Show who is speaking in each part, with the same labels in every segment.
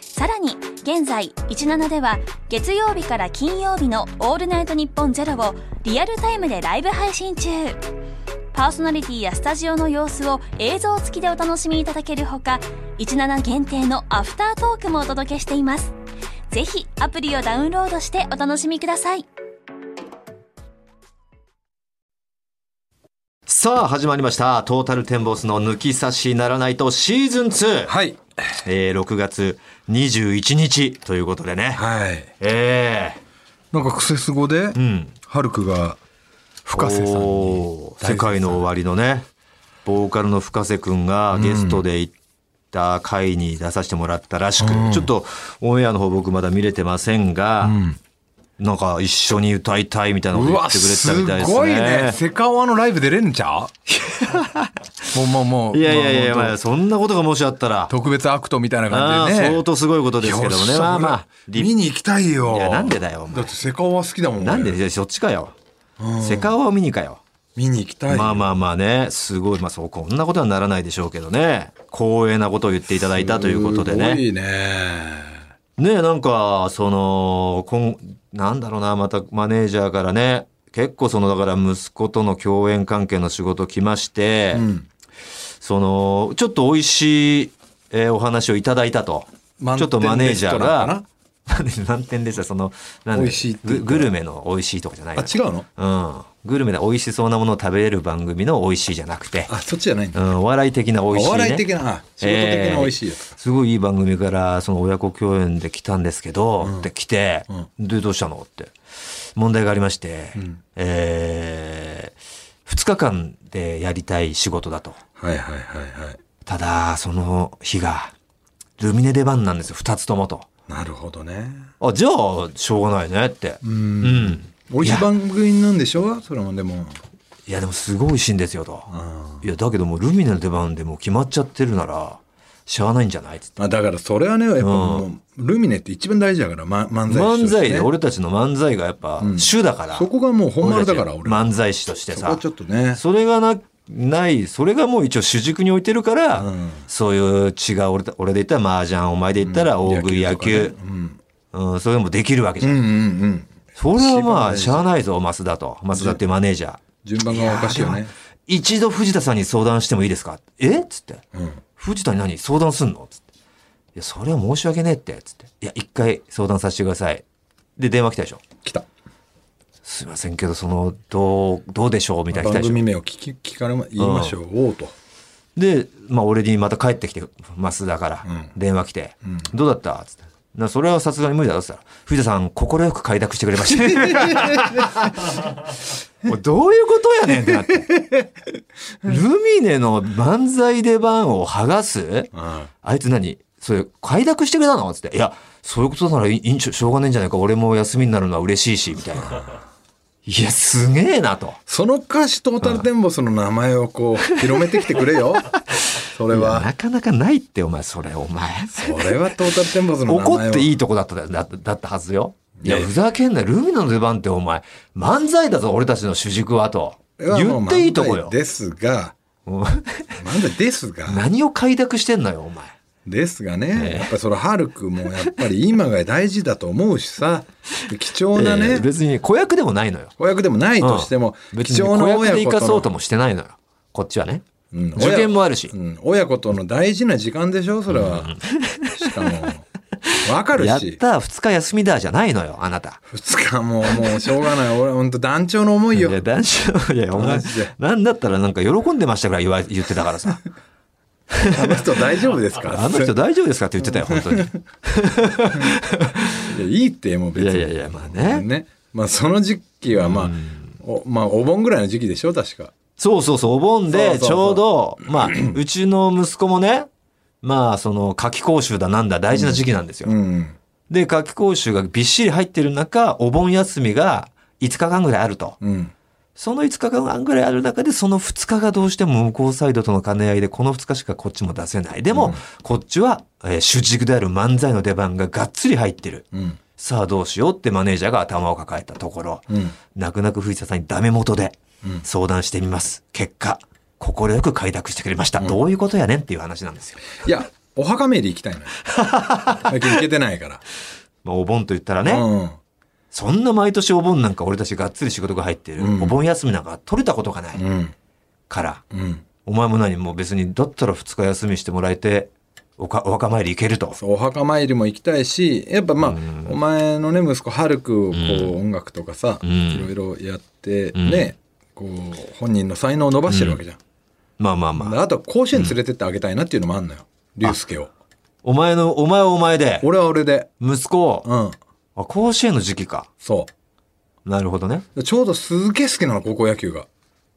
Speaker 1: さらに現在17では月曜日から金曜日の「オールナイトニッポンゼロをリアルタイムでライブ配信中パーソナリティやスタジオの様子を映像付きでお楽しみいただけるほか17限定のアフタートークもお届けしていますぜひアプリをダウンロードしてお楽しみください
Speaker 2: さあ、始まりました。トータルテンボスの抜き差しならないとシーズン2。
Speaker 3: はい。
Speaker 2: えー、6月21日ということでね。
Speaker 3: はい。
Speaker 2: え
Speaker 3: なんかクセス語で
Speaker 2: え、うん。
Speaker 3: ハルクが深瀬さんに
Speaker 2: おー世界の終わりのね、ボーカルの深瀬くんがゲストで行った回に出させてもらったらしく、ちょっとオンエアの方僕まだ見れてませんが、なんか一緒に歌いたいみたいなこと
Speaker 3: う
Speaker 2: 言
Speaker 3: わ
Speaker 2: ってくれてた
Speaker 3: す
Speaker 2: みたいですね。
Speaker 3: ごいねセカオワのライブ出れんちゃ うもうもうもう
Speaker 2: いやいやいや、
Speaker 3: まあ
Speaker 2: ま
Speaker 3: もう
Speaker 2: あ、そんなことがもしあったら、
Speaker 3: 特別アクトみたいな
Speaker 2: あ
Speaker 3: 感
Speaker 2: あ
Speaker 3: じでね
Speaker 2: 相当すごいことですけども
Speaker 3: よっ
Speaker 2: ね。
Speaker 3: しゃ
Speaker 2: まあまあ、
Speaker 3: 俺見に行きたい
Speaker 2: い
Speaker 3: よ
Speaker 2: や、なんでだよ、お
Speaker 3: だ
Speaker 2: 前
Speaker 3: っ。てセカオワ好きだもん
Speaker 2: なんで、
Speaker 3: 俺
Speaker 2: いやそっちかよ。セカオワを見にかよ。
Speaker 3: 見に行きたい
Speaker 2: まあまあまあね、すごい、まあそう、こんなことはならないでしょうけどね。光栄なことを言っていただいたということです
Speaker 3: ご
Speaker 2: ね。
Speaker 3: いね
Speaker 2: ねえなんか、その、こん、なんだろうな、またマネージャーからね、結構その、だから息子との共演関係の仕事来まして、その、ちょっと美味しい、えーお話をいただいたと。
Speaker 3: 満
Speaker 2: ちょっとマネージャーが
Speaker 3: 点レストラン か、
Speaker 2: 満点でした、その、なんで
Speaker 3: 美味しいっていう
Speaker 2: グ
Speaker 3: か
Speaker 2: グルメの美味しいとかじゃない
Speaker 3: あ
Speaker 2: の
Speaker 3: 違うの
Speaker 2: うん。グルメで美味しそうなものを食べれる番組の美味しいじゃなくて、
Speaker 3: あそっちじゃないん
Speaker 2: う
Speaker 3: だ
Speaker 2: ん、お笑い的な美味しい、ね。
Speaker 3: お笑い的なあ仕事的な美味しいやつ
Speaker 2: えーすごいいい番組から、その親子共演で来たんですけど、って来て、で、どうしたのって。問題がありまして、えー、2日間でやりたい仕事だと。
Speaker 3: はいはいはいはい
Speaker 2: ただ、その日が、ルミネ出番なんですよ、2つともと。
Speaker 3: なるほどね
Speaker 2: あ、じゃあ、しょうがないねって。うん。
Speaker 3: 美味しい番組なんでしょそれもでも
Speaker 2: いや、でもすごい美味しいんですよと。いや、だけどもうルミネの出番でもう決まっちゃってるなら、しゃあないんじゃないっつって。
Speaker 3: まあだからそれはねやっぱもうルミネって一番大事だから、ま、漫才師としてね
Speaker 2: 漫才で、俺たちの漫才がやっぱ主だから。
Speaker 3: そこがもう本丸だから
Speaker 2: 俺
Speaker 3: 俺
Speaker 2: た
Speaker 3: は
Speaker 2: ち漫才師として
Speaker 3: そこは
Speaker 2: さ
Speaker 3: ち。ょっとね
Speaker 2: それがな、ない、それがもう一応主軸に置いてるから、そういう違う、俺た俺で言ったら麻雀、お前で言ったら大食い野球、うん、それもできるわけじゃん。
Speaker 3: うんうんうん
Speaker 2: それはまあ、しゃあないぞ、増田と。増田っていうマネージャー。
Speaker 3: 順番がおかしいよ
Speaker 2: いや
Speaker 3: ね
Speaker 2: でも一度藤田さんに相談してもいいですかえっつって、藤田に何相談すんのつって。いや、それは申し訳ねえって。つって。いや、一回相談させてください。で、電話来たでしょ。
Speaker 3: 来た
Speaker 2: すいませんけど、その、どう、どうでしょうみたいな来た
Speaker 3: 番
Speaker 2: でしょ。
Speaker 3: 組名を聞き聞かれま言いましょう、おうと
Speaker 2: で、まあ、俺にまた帰ってきてますだから、電話来て、どうだったつって。なそれはさすがに無理だろって言ったら、藤田さん、快く快諾してくれま した。もうどういうことやねんってなって。ルミネの漫才出番を剥がすあいつ何それ、快諾してくれたのつって。いや、そういうことならいいいいんしょしょうがないんじゃないか。俺も休みになるのは嬉しいし、みたい な。いや、すげえなと。
Speaker 3: その歌詞トータルテンボスの名前をこう広めてきてく れよそれは
Speaker 2: なかなかないって、お前、それ、お前。
Speaker 3: それはトータルテンボスの名前を
Speaker 2: 怒っていいとこだっただだだったはずよ。いや、ふざけんな。ルミネの出番ってお前、漫才だぞ、俺たちの主軸はと。
Speaker 3: これはもう
Speaker 2: 言っていいとこよ
Speaker 3: 漫才。ですが
Speaker 2: うん
Speaker 3: 漫才ですが
Speaker 2: 何を快諾してんのよ、お前。
Speaker 3: ですがね、やっぱりそのハルクもやっぱり今が大事だと思うしさ、貴重な
Speaker 2: え
Speaker 3: ね
Speaker 2: ー、別に子役でもないのよ。
Speaker 3: 子役でもないとしても、
Speaker 2: うん別
Speaker 3: 貴
Speaker 2: に
Speaker 3: 重な
Speaker 2: 子役
Speaker 3: 親
Speaker 2: で生
Speaker 3: 子
Speaker 2: かそうと
Speaker 3: と
Speaker 2: もしてないのよ。こっちはね。
Speaker 3: うん
Speaker 2: 受験もあるし。
Speaker 3: の、うん、親子との大事な時間でしょ、それは。しかも、わかる
Speaker 2: やっ
Speaker 3: し、
Speaker 2: た、二日休みだ、じゃないのよ、あなた。
Speaker 3: 二日ももうしょうがない。俺、ほんと団長の思い
Speaker 2: い
Speaker 3: よ。
Speaker 2: や、男子、いや、お前
Speaker 3: マジで、
Speaker 2: なんだったらなんか喜んでましたから言わ言ってたから さ。
Speaker 3: あの人大丈夫ですか
Speaker 2: あの人大丈夫ですかって言ってたよ、本当に。
Speaker 3: いやいいって、もう別
Speaker 2: いや
Speaker 3: に。
Speaker 2: いやいや、まあね。
Speaker 3: ね。まあ、その時期は、まあ、おまあ、お盆ぐらいの時期でしょ、確か。
Speaker 2: そうそうそう、お盆
Speaker 3: そ
Speaker 2: で
Speaker 3: うそうそう
Speaker 2: ちょうど、ま あ、うちの息子もね、まあ、その、夏季講習だなんだ、大事な時期なんですよ。
Speaker 3: うん。
Speaker 2: で、夏季講習がびっしり入ってる中、お盆休みが5日間ぐらいあると。
Speaker 3: うん。
Speaker 2: その5日間ぐらいある中で、その2日がどうしても向こうサイドとの兼ね合いで、この2日しかこっちも出せない。でも、こっちは、えー主軸である漫才の出番ががっつり入ってる。
Speaker 3: うん。
Speaker 2: さあどうしようってマネージャーが頭を抱えたところ、
Speaker 3: うん
Speaker 2: 泣く泣く藤田さんにダメ元で相談してみます。結果、快く快諾してくれました。どういうことやねんっていう話なんですよ。
Speaker 3: いや、お墓参り行きた いのよ。最近行けてないから。
Speaker 2: まあ、お盆と言ったらね、
Speaker 3: うん。
Speaker 2: そんな毎年お盆なんか俺たちがっつり仕事が入ってる。
Speaker 3: うん
Speaker 2: お盆休みなんか取れたことがない。
Speaker 3: うん。
Speaker 2: から、
Speaker 3: うん。
Speaker 2: お前も何も別に、だったら2日休みしてもらえて、おかお墓参り行けると。
Speaker 3: そうお墓参りも行きたいしやっぱまあ、お前のね息子はるくをこう、音楽とかさ、
Speaker 2: ん
Speaker 3: いろいろやってね、こう本人の才能を伸ばしてるわけじゃん、
Speaker 2: まあまあまあ。
Speaker 3: あとは甲子園連れてってあげたいなっていうのもあんのよ龍介を
Speaker 2: お前の、お前はお前で、
Speaker 3: 俺は俺で
Speaker 2: 息子を、
Speaker 3: うん
Speaker 2: あ甲子園の時期か。
Speaker 3: そ
Speaker 2: なるほどね。
Speaker 3: うちょうどすげえ好きなの高校野球が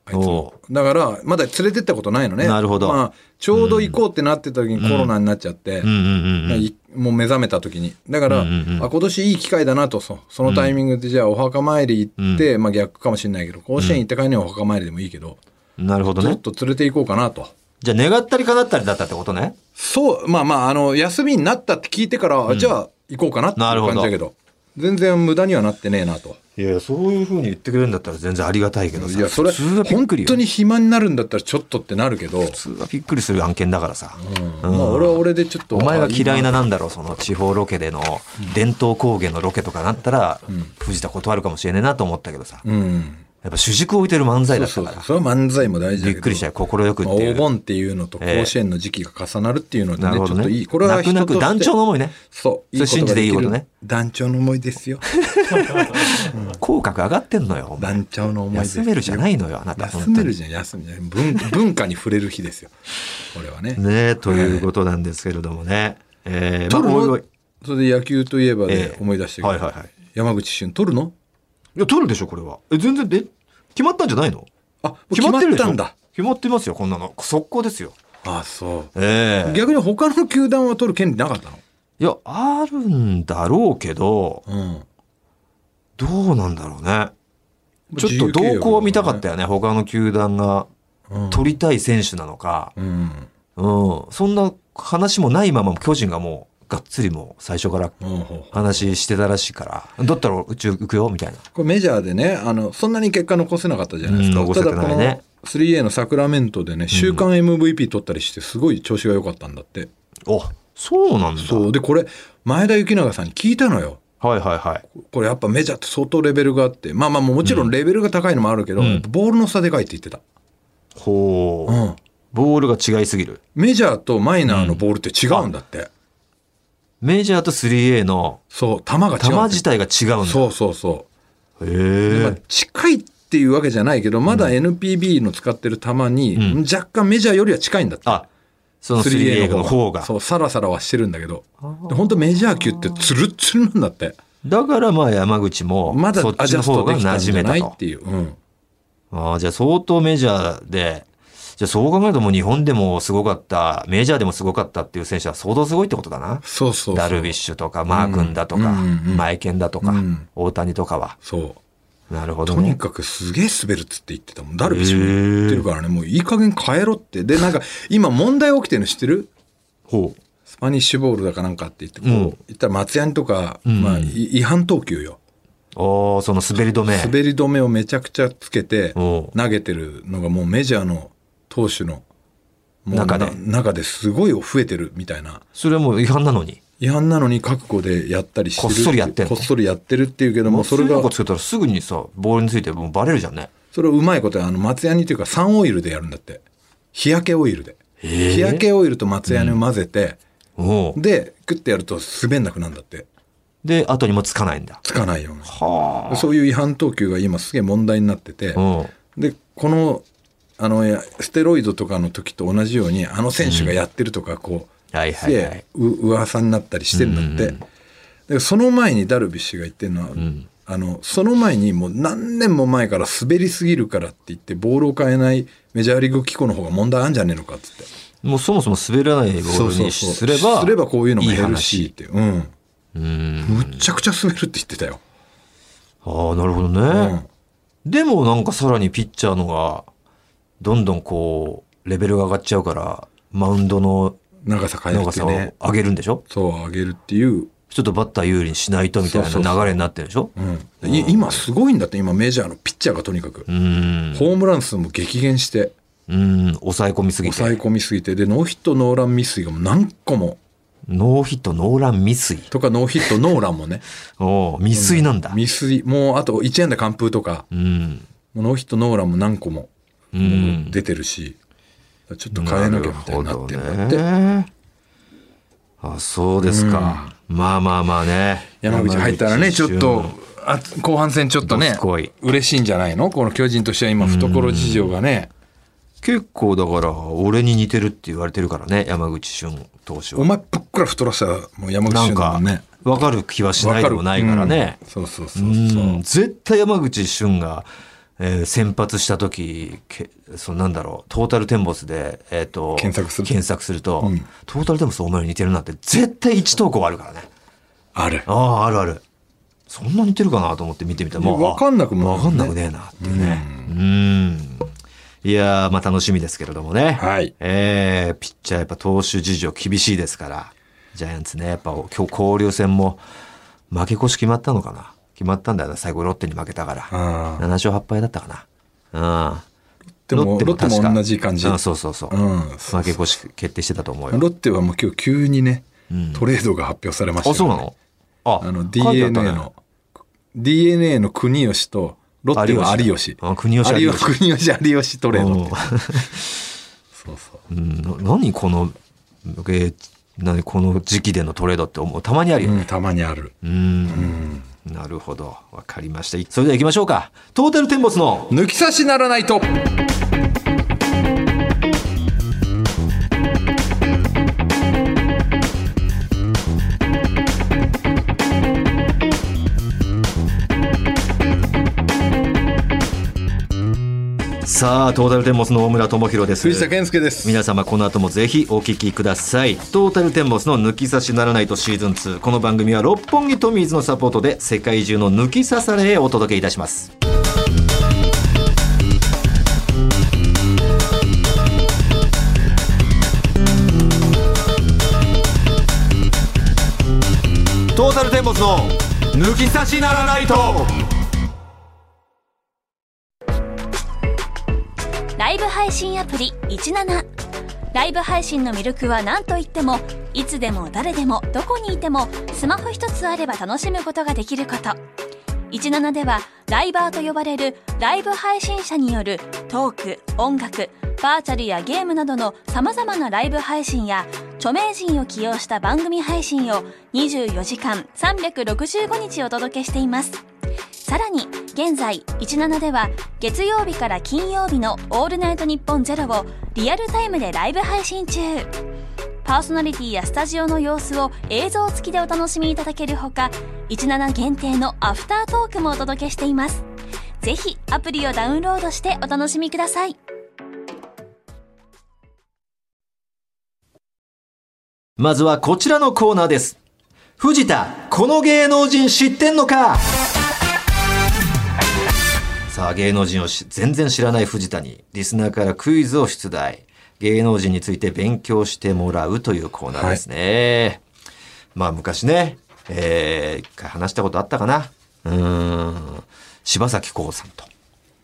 Speaker 3: あいつも
Speaker 2: お
Speaker 3: だからまだ連れてったことないのね
Speaker 2: なるほど
Speaker 3: まあ、ちょうど行こうってなってた時にコロナになっちゃって、
Speaker 2: うんうんうんうん。
Speaker 3: いもう目覚めた時にだから、
Speaker 2: うんうんうん
Speaker 3: あ今年いい機会だなとそそのタイミングでじゃあお墓参り行って、まあ、逆かもしれないけど甲子園行った帰りにはお墓参りでもいいけど、
Speaker 2: なるほど
Speaker 3: ちょ
Speaker 2: ね
Speaker 3: っ。と連れて行こうかなと
Speaker 2: じゃあ、願ったり叶ったりだったってことね。
Speaker 3: そうまあまああの休みになったって聞いてから、あじゃあ行こうかなっていう
Speaker 2: なるほ
Speaker 3: 感
Speaker 2: ど
Speaker 3: じだけど全然無駄にはなってねえなと
Speaker 2: いや、そういうふうに言ってくれるんだったら全然ありがたいけどさ。
Speaker 3: いやそれ
Speaker 2: 普通はびっ
Speaker 3: 本
Speaker 2: くりよ
Speaker 3: 当に暇になるんだったらちょっとってなるけど、
Speaker 2: 普通はびっくりする案件だからさ。うん
Speaker 3: まあ俺は俺でちょっと
Speaker 2: お前が嫌いな
Speaker 3: あ
Speaker 2: なんだろう、その地方ロケでの伝統工芸のロケとかなったら、藤田断るかもしれねえなと思ったけどさ。
Speaker 3: 今うん
Speaker 2: やっぱ主軸を置いてる漫才
Speaker 3: そ
Speaker 2: だ
Speaker 3: う
Speaker 2: った
Speaker 3: そ
Speaker 2: か
Speaker 3: うそう
Speaker 2: ら。
Speaker 3: それは漫才も大事だけど
Speaker 2: びっくりしたよ、快くって
Speaker 3: まあ、
Speaker 2: い
Speaker 3: お
Speaker 2: う。
Speaker 3: 盆っていうのと
Speaker 2: ええ
Speaker 3: 甲子園の時期が重なるっていうのでね、
Speaker 2: なるほ
Speaker 3: ち
Speaker 2: ど
Speaker 3: ょっとい
Speaker 2: ね
Speaker 3: い。これは
Speaker 2: 泣く
Speaker 3: 人
Speaker 2: 泣
Speaker 3: とし
Speaker 2: く
Speaker 3: て
Speaker 2: 団長の思いね。
Speaker 3: そう。
Speaker 2: それ信じていいことね
Speaker 3: ができる。団長の思いです よ。
Speaker 2: 口角上がってんのよ、お前
Speaker 3: 団長の思いです
Speaker 2: 休
Speaker 3: よ。
Speaker 2: めるじゃないのよ、あなた。
Speaker 3: 休めるじゃん、休みじゃ ん。文文化に触れる日ですよ。これはね。
Speaker 2: ねえということなんですけれどもね。えー、
Speaker 3: 取る
Speaker 2: まあおい
Speaker 3: の
Speaker 2: おい
Speaker 3: それで野球といえば
Speaker 2: え
Speaker 3: で
Speaker 2: え
Speaker 3: 思い出してるけど
Speaker 2: はいはいはい
Speaker 3: 山口俊、取るの
Speaker 2: いや、取るでしょ、これは。え、全然、で、決まったんじゃないの
Speaker 3: あ、もう決まって
Speaker 2: るでしょ
Speaker 3: たんだ。。
Speaker 2: 決まってますよ、こんなの。速攻ですよ。
Speaker 3: あ、そ
Speaker 2: え
Speaker 3: う。逆に他の球団は取る権利なかったの
Speaker 2: いや、あるんだろうけど、
Speaker 3: うん。
Speaker 2: どうなんだろうね。ちょっと動向を見たかったよね、他の球団が。
Speaker 3: よ
Speaker 2: 取りたい選手なのか、
Speaker 3: うん。
Speaker 2: うん、そんな話もないまま、巨人がもう、がっつりもう最初から
Speaker 3: うんほうほう
Speaker 2: 話してたらしいから、だったらうち行くよ、みたいな。
Speaker 3: これメジャーでねあのそんなに結果残せなかったじゃないですか、
Speaker 2: うん残せ
Speaker 3: た
Speaker 2: て
Speaker 3: だ
Speaker 2: ない
Speaker 3: こ
Speaker 2: ね
Speaker 3: の 3A のサクラメントでね週間 MVP 取ったりしてすごい調子が良かったんだって、
Speaker 2: おそうなんだ。
Speaker 3: そうでこれ前田幸永さんに聞いたのよ
Speaker 2: はいはいはい。
Speaker 3: これやっぱメジャーって相当レベルがあってまあまあもちろんレベルが高いのもあるけど、
Speaker 2: うん
Speaker 3: やっぱボールの差でかいって言ってた、
Speaker 2: ほう、
Speaker 3: うん、
Speaker 2: ボールが違いすぎる。
Speaker 3: メジャーとマイナーのボールって違うんだって、
Speaker 2: メジャーと 3A の
Speaker 3: そう球が違うんだって
Speaker 2: 球自体が違うんだ。
Speaker 3: そうそうそう
Speaker 2: へ
Speaker 3: まあ
Speaker 2: え。
Speaker 3: 近いっていうわけじゃないけどまだ NPB の使ってる球に
Speaker 2: うん
Speaker 3: 若干メジャーよりは近いんだって、
Speaker 2: あ、その
Speaker 3: 3A
Speaker 2: 3A の
Speaker 3: の
Speaker 2: 方が。
Speaker 3: そうサラサラはしてるんだけどで本当メジャー級ってツルッツルなんだって
Speaker 2: だからまあ山口も、
Speaker 3: まだ
Speaker 2: そっ
Speaker 3: ア
Speaker 2: ち
Speaker 3: ジャ
Speaker 2: の
Speaker 3: スト
Speaker 2: 方
Speaker 3: で
Speaker 2: が
Speaker 3: きたんじ
Speaker 2: 馴
Speaker 3: ゃ
Speaker 2: 染め
Speaker 3: な
Speaker 2: た
Speaker 3: い
Speaker 2: と
Speaker 3: っ。ていう、うん、
Speaker 2: ああ、じゃあ相当メジャーで、じゃあそう考えるともう日本でもすごかった、メジャーでもすごかったっていう選手は相当すごいってことだな。
Speaker 3: そうそう
Speaker 2: ダルビッシュとか、マー君だとか、
Speaker 3: うんうんうん
Speaker 2: マイケンだとか、
Speaker 3: うん
Speaker 2: 大谷とかは。
Speaker 3: そう
Speaker 2: なるほど
Speaker 3: とに
Speaker 2: ね。
Speaker 3: かくすげえ滑るっつって言ってたもんダルビッシュも言ってるからねもういい加減変えろってでなんか今問題起きてるの知ってる
Speaker 2: ほう。
Speaker 3: スパニッシュボールだかなんかって言ってこう、
Speaker 2: うん
Speaker 3: 言ったら松山とか、
Speaker 2: うん
Speaker 3: まあ、い違反投球よ
Speaker 2: おーその滑り止め。
Speaker 3: 滑り止めをめちゃくちゃつけて
Speaker 2: お
Speaker 3: 投げてるのがもうメジャーの投手のもう
Speaker 2: 中で
Speaker 3: な中ですごい増えてるみたいな
Speaker 2: それはもう違反なのに。
Speaker 3: 違反なのに覚悟でやったりしてる
Speaker 2: こっそりやってんの
Speaker 3: こっそりやってるっていうけどもそ
Speaker 2: そ
Speaker 3: れ
Speaker 2: れな
Speaker 3: が
Speaker 2: んかつけたらすぐにさ、ボールについてもうバレるじゃんね。
Speaker 3: それをうまいことはあの松ヤニというかサンオイルでやるんだって日焼けオイルで
Speaker 2: へえ
Speaker 3: 日焼けオイルと松ヤニを混ぜて、
Speaker 2: おう
Speaker 3: でクッてやると滑んなくなるんだって
Speaker 2: で、後にもつかないんだ。
Speaker 3: つかないように
Speaker 2: は
Speaker 3: そういう違反投球が今すげえ問題になってて、
Speaker 2: おう
Speaker 3: でこのあのやステロイドとかの時と同じようにあの選手がやってるとかこう、
Speaker 2: はい
Speaker 3: す
Speaker 2: はい
Speaker 3: げ
Speaker 2: はい
Speaker 3: えう噂になったりしてるんだって、でその前にダルビッシュが言ってるのは、あのその前にもう何年も前から滑りすぎるからって言ってボールを変えないメジャーリーグ機構の方が問題あんじゃねえのかっつって
Speaker 2: もうそもそも滑らないボールにすれば、
Speaker 3: すればこういうのが減るし
Speaker 2: いい
Speaker 3: ってうん
Speaker 2: 話。うん。
Speaker 3: むっちゃくちゃ滑るって言ってたよ
Speaker 2: ああ、なるほどね。でもなんかさらにピッチャーのが、どんどんこう、レベルが上がっちゃうから、マウンドの
Speaker 3: 長さ変え
Speaker 2: 長
Speaker 3: て
Speaker 2: さを
Speaker 3: ね
Speaker 2: 上げるんでしょ
Speaker 3: そう上げるっていう、
Speaker 2: ちょっとバッター有利にしないとみたい
Speaker 3: そうそうそ
Speaker 2: な
Speaker 3: う
Speaker 2: 流れになってるでしょ
Speaker 3: うん、い今すごいんだって今メジャーのピッチャーがとにかく、
Speaker 2: うーん。
Speaker 3: ホームラン数も激減して
Speaker 2: うーん。抑え込みすぎて。
Speaker 3: 抑え込みすぎてでノーヒットノーラン未遂がもう何個も
Speaker 2: ノーヒット、ノーラン未遂。
Speaker 3: とかノーヒットノーラン もね
Speaker 2: おー未遂なんだ。
Speaker 3: 未遂もうあと1安打完封とか
Speaker 2: うん。
Speaker 3: もうノーヒットノーランも何個も
Speaker 2: うん。
Speaker 3: 出てるし、ちょっと変えなきゃみたいになってるんだって、
Speaker 2: ね。あ、そうですか。まあまあまあね。
Speaker 3: 山口入ったらねちょっと
Speaker 2: うん
Speaker 3: あ後半戦ちょっと
Speaker 2: ど
Speaker 3: ね
Speaker 2: すこい
Speaker 3: 嬉しいんじゃないのこの巨人としては今懐事情がね
Speaker 2: 結構だから、俺に似てるって言われてるからね、山口俊投手
Speaker 3: お
Speaker 2: は。
Speaker 3: 前ぷっくら太らしたらもう山口
Speaker 2: な
Speaker 3: 俊
Speaker 2: ん
Speaker 3: だも
Speaker 2: か
Speaker 3: んね、
Speaker 2: わかる気はしないでもないからね
Speaker 3: うん。そうそう
Speaker 2: う
Speaker 3: そうそう、
Speaker 2: ん、絶対山口俊が、えー先発した時けそうなんだろうトータルテンボスで、えー、と
Speaker 3: 検索する
Speaker 2: 検索すると、
Speaker 3: うん
Speaker 2: トータルテンボスお前に似てるなって絶対1投稿あるからね
Speaker 3: ある
Speaker 2: あああるあるそんな似てるかなと思って見てみたらもう
Speaker 3: わかんなくも
Speaker 2: 分かんなくねえなっていうねうんいやーまあ楽しみですけれどもね、
Speaker 3: はい
Speaker 2: えーピッチャーやっぱ投手事情厳しいですからジャイアンツねやっぱ今日交流戦も負け越し決まったのかな決まったんだよな最後ロッテに負けたから
Speaker 3: あ
Speaker 2: 7勝8敗だったかなうん
Speaker 3: でもロッテも同じ感じ
Speaker 2: あそうそうそう、
Speaker 3: うん
Speaker 2: 負け越し決定してたと思うよ
Speaker 3: ロッテはもう今日急にね、トレードが発表されました
Speaker 2: あそう
Speaker 3: よ
Speaker 2: な
Speaker 3: ね
Speaker 2: のあ
Speaker 3: あの
Speaker 2: 書いてあ
Speaker 3: DNA
Speaker 2: ったね
Speaker 3: の DNA の国吉とロッテの有
Speaker 2: 有
Speaker 3: 吉
Speaker 2: 吉あ国吉
Speaker 3: 有吉国吉有吉トレードってそうそう
Speaker 2: うん、な何この、えー何この時期でのトレードって思う。たまにあるよ
Speaker 3: う
Speaker 2: ね。
Speaker 3: ん、たまにある。
Speaker 2: うん。なるほど。わかりました。それでは行きましょうか。トータルテンボスの
Speaker 3: 抜き差しならないと。
Speaker 2: さあ、トータルテンボスの大村智弘です。
Speaker 3: 藤田健介です。
Speaker 2: 皆様この後もぜひお聞きくださいトータルテンボスの抜き差しならないとシーズン2この番組は六本木トミーズのサポートで世界中の抜き差されへお届けいたしますトータルテンボスの抜き差しならないと
Speaker 1: ライブ配信アプリ17ライブ配信の魅力は何といってもいつでも誰でもどこにいてもスマホ一つあれば楽しむことができること17ではライバーと呼ばれるライブ配信者によるトーク音楽バーチャルやゲームなどのさまざまなライブ配信や著名人を起用した番組配信を24時間365日お届けしていますさらに現在17では月曜日から金曜日の「オールナイトニッポンゼロをリアルタイムでライブ配信中パーソナリティやスタジオの様子を映像付きでお楽しみいただけるほか17限定のアフタートークもお届けしていますぜひアプリをダウンロードしてお楽しみください
Speaker 2: まずはこちらのコーナーです藤田この芸能人知ってんのかさあ芸能人をし全然知らない藤田にリスナーからクイズを出題芸能人について勉強してもらうというコーナーですね、まあ昔ねえー一回話したことあったかなうーん柴咲コウさんと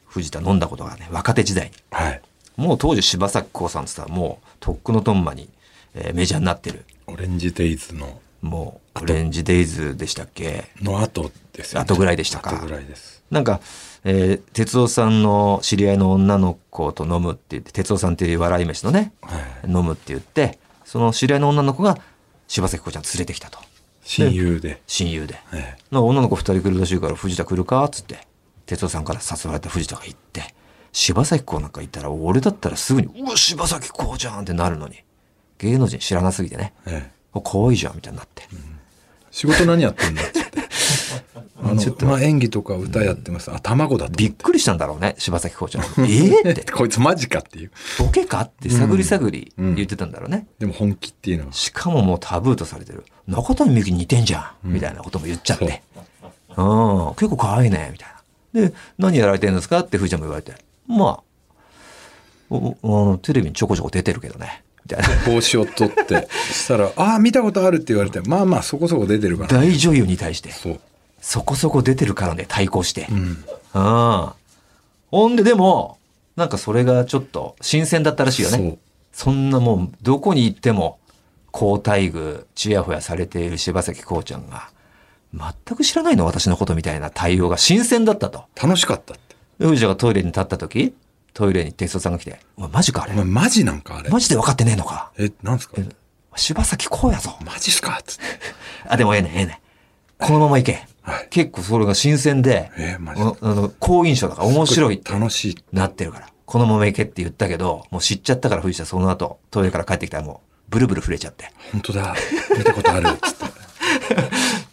Speaker 2: 藤田飲んだことがね若手時代に
Speaker 3: はい。
Speaker 2: もう当時柴咲コウさんって言ったらもうとっくのとんまに、えーメジャーになってる
Speaker 3: オレンジデイズの
Speaker 2: もう、オレンジデイズでしたっけ
Speaker 3: の後ですよね。
Speaker 2: 後ぐらいでしたか
Speaker 3: 後ぐらいです。
Speaker 2: なんか、えー、哲夫さんの知り合いの女の子と飲むって言って、哲夫さんっていう笑い飯のね、
Speaker 3: はい。
Speaker 2: 飲むって言って、その知り合いの女の子が柴咲コウちゃん連れてきたと。
Speaker 3: 親友で。
Speaker 2: 親友で。
Speaker 3: ええ
Speaker 2: なんか女の子二人来るらしいから、藤田来るかっつって、哲夫さんから誘われた藤田が行って、柴咲コウなんかいたら、俺だったらすぐに、うわ、柴咲コウじゃんってなるのに。芸能人知らなすぎてね。
Speaker 3: ええ
Speaker 2: お可愛いじゃんみたいになって。
Speaker 3: 仕事何やってんだっつって。あ の、まあ、演技とか歌やってます。あ、卵だと
Speaker 2: び
Speaker 3: 思
Speaker 2: っ
Speaker 3: っ
Speaker 2: くりしたんだろうね、柴咲コウちゃん。ええって
Speaker 3: て。。こいつマジかっていう。
Speaker 2: ボケかって探り探り言ってたんだろうね。
Speaker 3: でも本気っていうのは。
Speaker 2: しかももうタブーとされてる。中谷美紀似てんじゃん、みたいなことも言っちゃって。うん、結構可愛いね、みたいな。で、何やられてるんですかってふーちゃんも言われて。まあ、おおあのテレビにちょこちょこ出てるけどね、みたいな。
Speaker 3: 帽子を取ってしたら「ああ見たことある」って言われてまあまあそこそこ出てるから
Speaker 2: 大女優に対して、
Speaker 3: そう
Speaker 2: そこそこ出てるからね、対抗して。
Speaker 3: うん
Speaker 2: ああ。ほんで、でも、なんかそれがちょっと新鮮だったらしいよね。そんなもう、どこに行っても、高待遇、ちやほやされている柴崎こうちゃんが、全く知らないの私のことみたいな対応が新鮮だったと。
Speaker 3: 楽しかったって
Speaker 2: で藤田がトイレに立った時、トイレに哲夫さんが来て、お前マジかあ
Speaker 3: お
Speaker 2: れ。
Speaker 3: 前マジなんかあれ
Speaker 2: マジで分かってねえのか。
Speaker 3: えなんすか
Speaker 2: え柴崎こうやぞ。
Speaker 3: マジっすかっつって
Speaker 2: あ、でもええねんええねんこのまま行け。
Speaker 3: はい
Speaker 2: 結構それが新鮮で、
Speaker 3: えーマジで
Speaker 2: あの、好印象だから面白いって。
Speaker 3: 楽しい
Speaker 2: なってるから。このまま行けって言ったけど、もう知っちゃったから藤田その後、トイレから帰ってきたらもう、ブルブル震えちゃって。
Speaker 3: 本当だ見たことあるっつって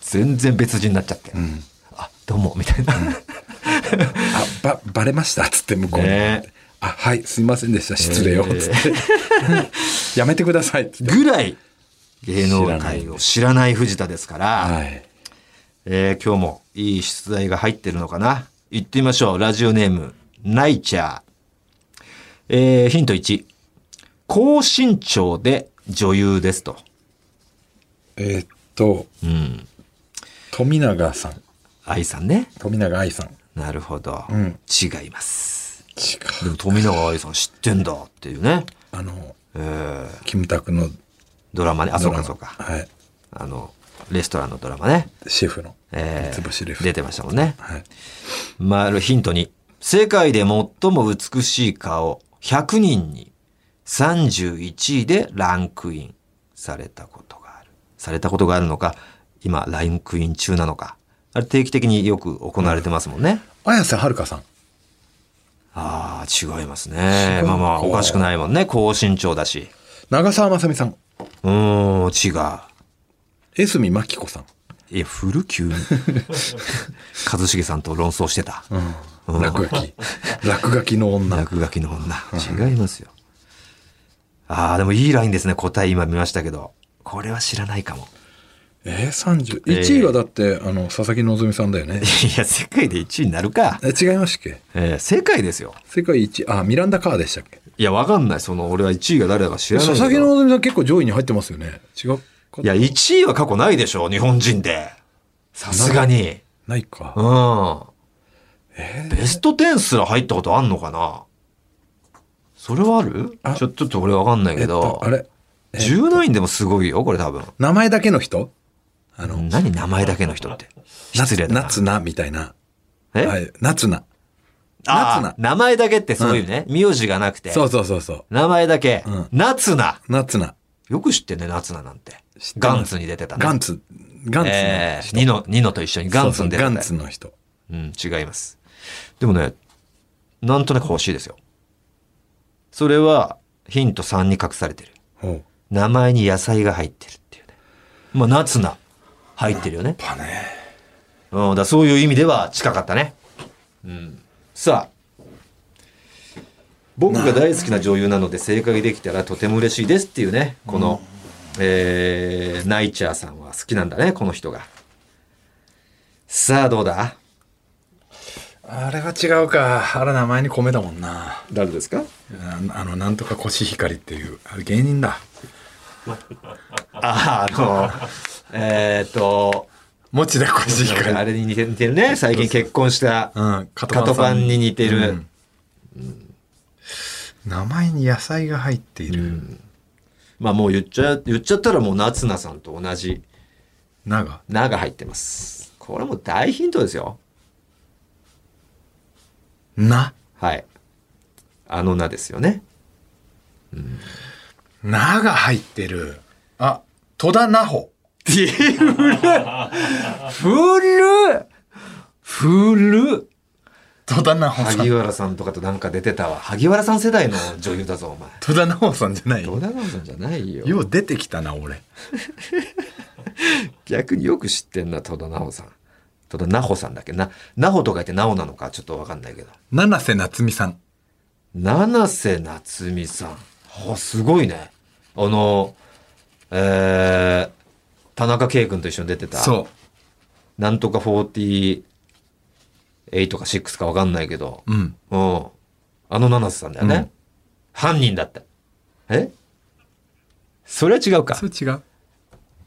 Speaker 2: 全然別人になっちゃって。
Speaker 3: うん
Speaker 2: あ、どうも、みたいな。
Speaker 3: あばバレましたっつって向こうに、
Speaker 2: ね
Speaker 3: あはいすいませんでした失礼をっつって、やめてく ださいっつって
Speaker 2: ぐらい、芸能界を知らない藤田ですから、
Speaker 3: はい
Speaker 2: えー今日もいい出題が入ってるのかな。行ってみましょう。ラジオネーム、ナイチャー。えーヒント1。高身長で女優ですと。
Speaker 3: えーっと
Speaker 2: うん。
Speaker 3: 富永さん
Speaker 2: 愛さんね。
Speaker 3: 富永愛さん
Speaker 2: なるほど。
Speaker 3: うん
Speaker 2: 違います。
Speaker 3: 違
Speaker 2: で
Speaker 3: う
Speaker 2: も富永愛さん知ってんだっていうね、
Speaker 3: あの
Speaker 2: えー
Speaker 3: キムタクの
Speaker 2: ドラマねあ
Speaker 3: ド
Speaker 2: そう
Speaker 3: ラマ
Speaker 2: かそうか
Speaker 3: はい
Speaker 2: あのレストランのドラマね、
Speaker 3: シェフの、
Speaker 2: えー
Speaker 3: 三つ星レフ
Speaker 2: 出てましたもんね
Speaker 3: はい、
Speaker 2: まあヒントに世界で最も美しい顔100人に31位でランクインされたことがあるされたことがあるのか今ランクイン中なのかあれ定期的によく行われてますもんね、
Speaker 3: 綾瀬はるかさん
Speaker 2: ああ違いますね
Speaker 3: 違うか
Speaker 2: まあまあおかしくないもんね高身長だし
Speaker 3: 長澤まさみさん
Speaker 2: うーん違う
Speaker 3: 江角真紀子さん、
Speaker 2: いや、古急に。 一茂さんと論争してた。
Speaker 3: うん、落書き落書きの女
Speaker 2: 落書きの女。違いますよ。ああ、でもいいラインですね。答え今見ましたけど。これは知らないかも。
Speaker 3: えー、30 1位はだって、あの佐々木希さんだよね
Speaker 2: いや、世界で1位になるか。
Speaker 3: え違いましたっけ
Speaker 2: えー世界ですよ。
Speaker 3: 世界一あミランダ・カーでしたっけ
Speaker 2: いや、わかんない。その、俺は1位が誰だか知らない
Speaker 3: 佐
Speaker 2: けど。
Speaker 3: 々木希さん結構上位に入ってますよね違うか
Speaker 2: いや、1位は過去ないでしょう。日本人で。さすがに。
Speaker 3: ないか、
Speaker 2: うん。
Speaker 3: えー
Speaker 2: ベスト10すら入ったことあんのかなそれはある
Speaker 3: あ
Speaker 2: ちょちょっと俺わかんない
Speaker 3: え
Speaker 2: け
Speaker 3: っ
Speaker 2: ど
Speaker 3: と。あれえっと
Speaker 2: 10ナインでもすごいよ、これ多分。
Speaker 3: 名前だけの人あの
Speaker 2: 何名前だけの人って。失礼だな。
Speaker 3: 夏菜みたいな
Speaker 2: え、
Speaker 3: はい夏菜
Speaker 2: ああ
Speaker 3: 夏菜
Speaker 2: 名前だけってそういうね、名字がなくて。
Speaker 3: そうそうそうそう
Speaker 2: 名前だけ。
Speaker 3: うん
Speaker 2: 夏菜。
Speaker 3: 夏菜
Speaker 2: よく知ってんね、夏菜なんて
Speaker 3: 知っ。てます
Speaker 2: ガンツに出てたね。
Speaker 3: ガンツガンツの人、
Speaker 2: ええニノ、ニノと一緒にガンツに出てた
Speaker 3: そ
Speaker 2: よ
Speaker 3: うそうガンツの人
Speaker 2: うん、違います。でもね、なんとなく欲しいですよ。それは、ヒント3に隠されてる。
Speaker 3: おう
Speaker 2: 名前に野菜が入ってるっていうね。まあ、夏菜。入ってるよね。
Speaker 3: やっぱね
Speaker 2: うん、だからそういう意味では近かったね。うん。さあ。僕が大好きな女優なので正解できたらとても嬉しいですっていうね、この、えー、ナイチャーさんは好きなんだね、この人が。さあ、どうだ
Speaker 3: あれは違うかあれ名前に米だもんな
Speaker 2: 誰ですか
Speaker 3: ああのなんとかコシヒカリっていうあれ芸人だ
Speaker 2: ああ、 の、えーっと、
Speaker 3: 持田コシヒカ
Speaker 2: あ
Speaker 3: リ
Speaker 2: れに似て似てるね、最近結婚した
Speaker 3: うんカ
Speaker 2: カトパンに似てる。
Speaker 3: うん名前に野菜が入っている、
Speaker 2: まあもう言っちゃ、言っちゃったらもう夏菜さんと同じ
Speaker 3: 長
Speaker 2: 「な」が入ってますこれも大ヒントですよ
Speaker 3: な
Speaker 2: はいあの「な」ですよね
Speaker 3: なが入ってるあ戸田奈穂
Speaker 2: 古古古
Speaker 3: 戸田奈穂さ
Speaker 2: 萩
Speaker 3: ん
Speaker 2: 原さんとかとなんか出てたわ萩原さん世代の女優だぞお前
Speaker 3: 戸田奈穂さんじゃない
Speaker 2: 戸田奈緒さんじゃないよ
Speaker 3: よう出てきたな俺
Speaker 2: 逆によく知ってんな戸田奈緒さん戸田奈穂さんだっけな奈穂と書いて奈緒なのかちょっとわかんないけど
Speaker 3: 七瀬夏美さん
Speaker 2: 七瀬夏美さん。あ、すごいね。あの、えー、田中圭君と一緒に出てた。
Speaker 3: そう
Speaker 2: なんとか48か6かわかんないけど、
Speaker 3: うん。
Speaker 2: うん。あの七瀬さんだよね。
Speaker 3: うん
Speaker 2: 犯人だった。えそれは違うか
Speaker 3: そ。れ違う。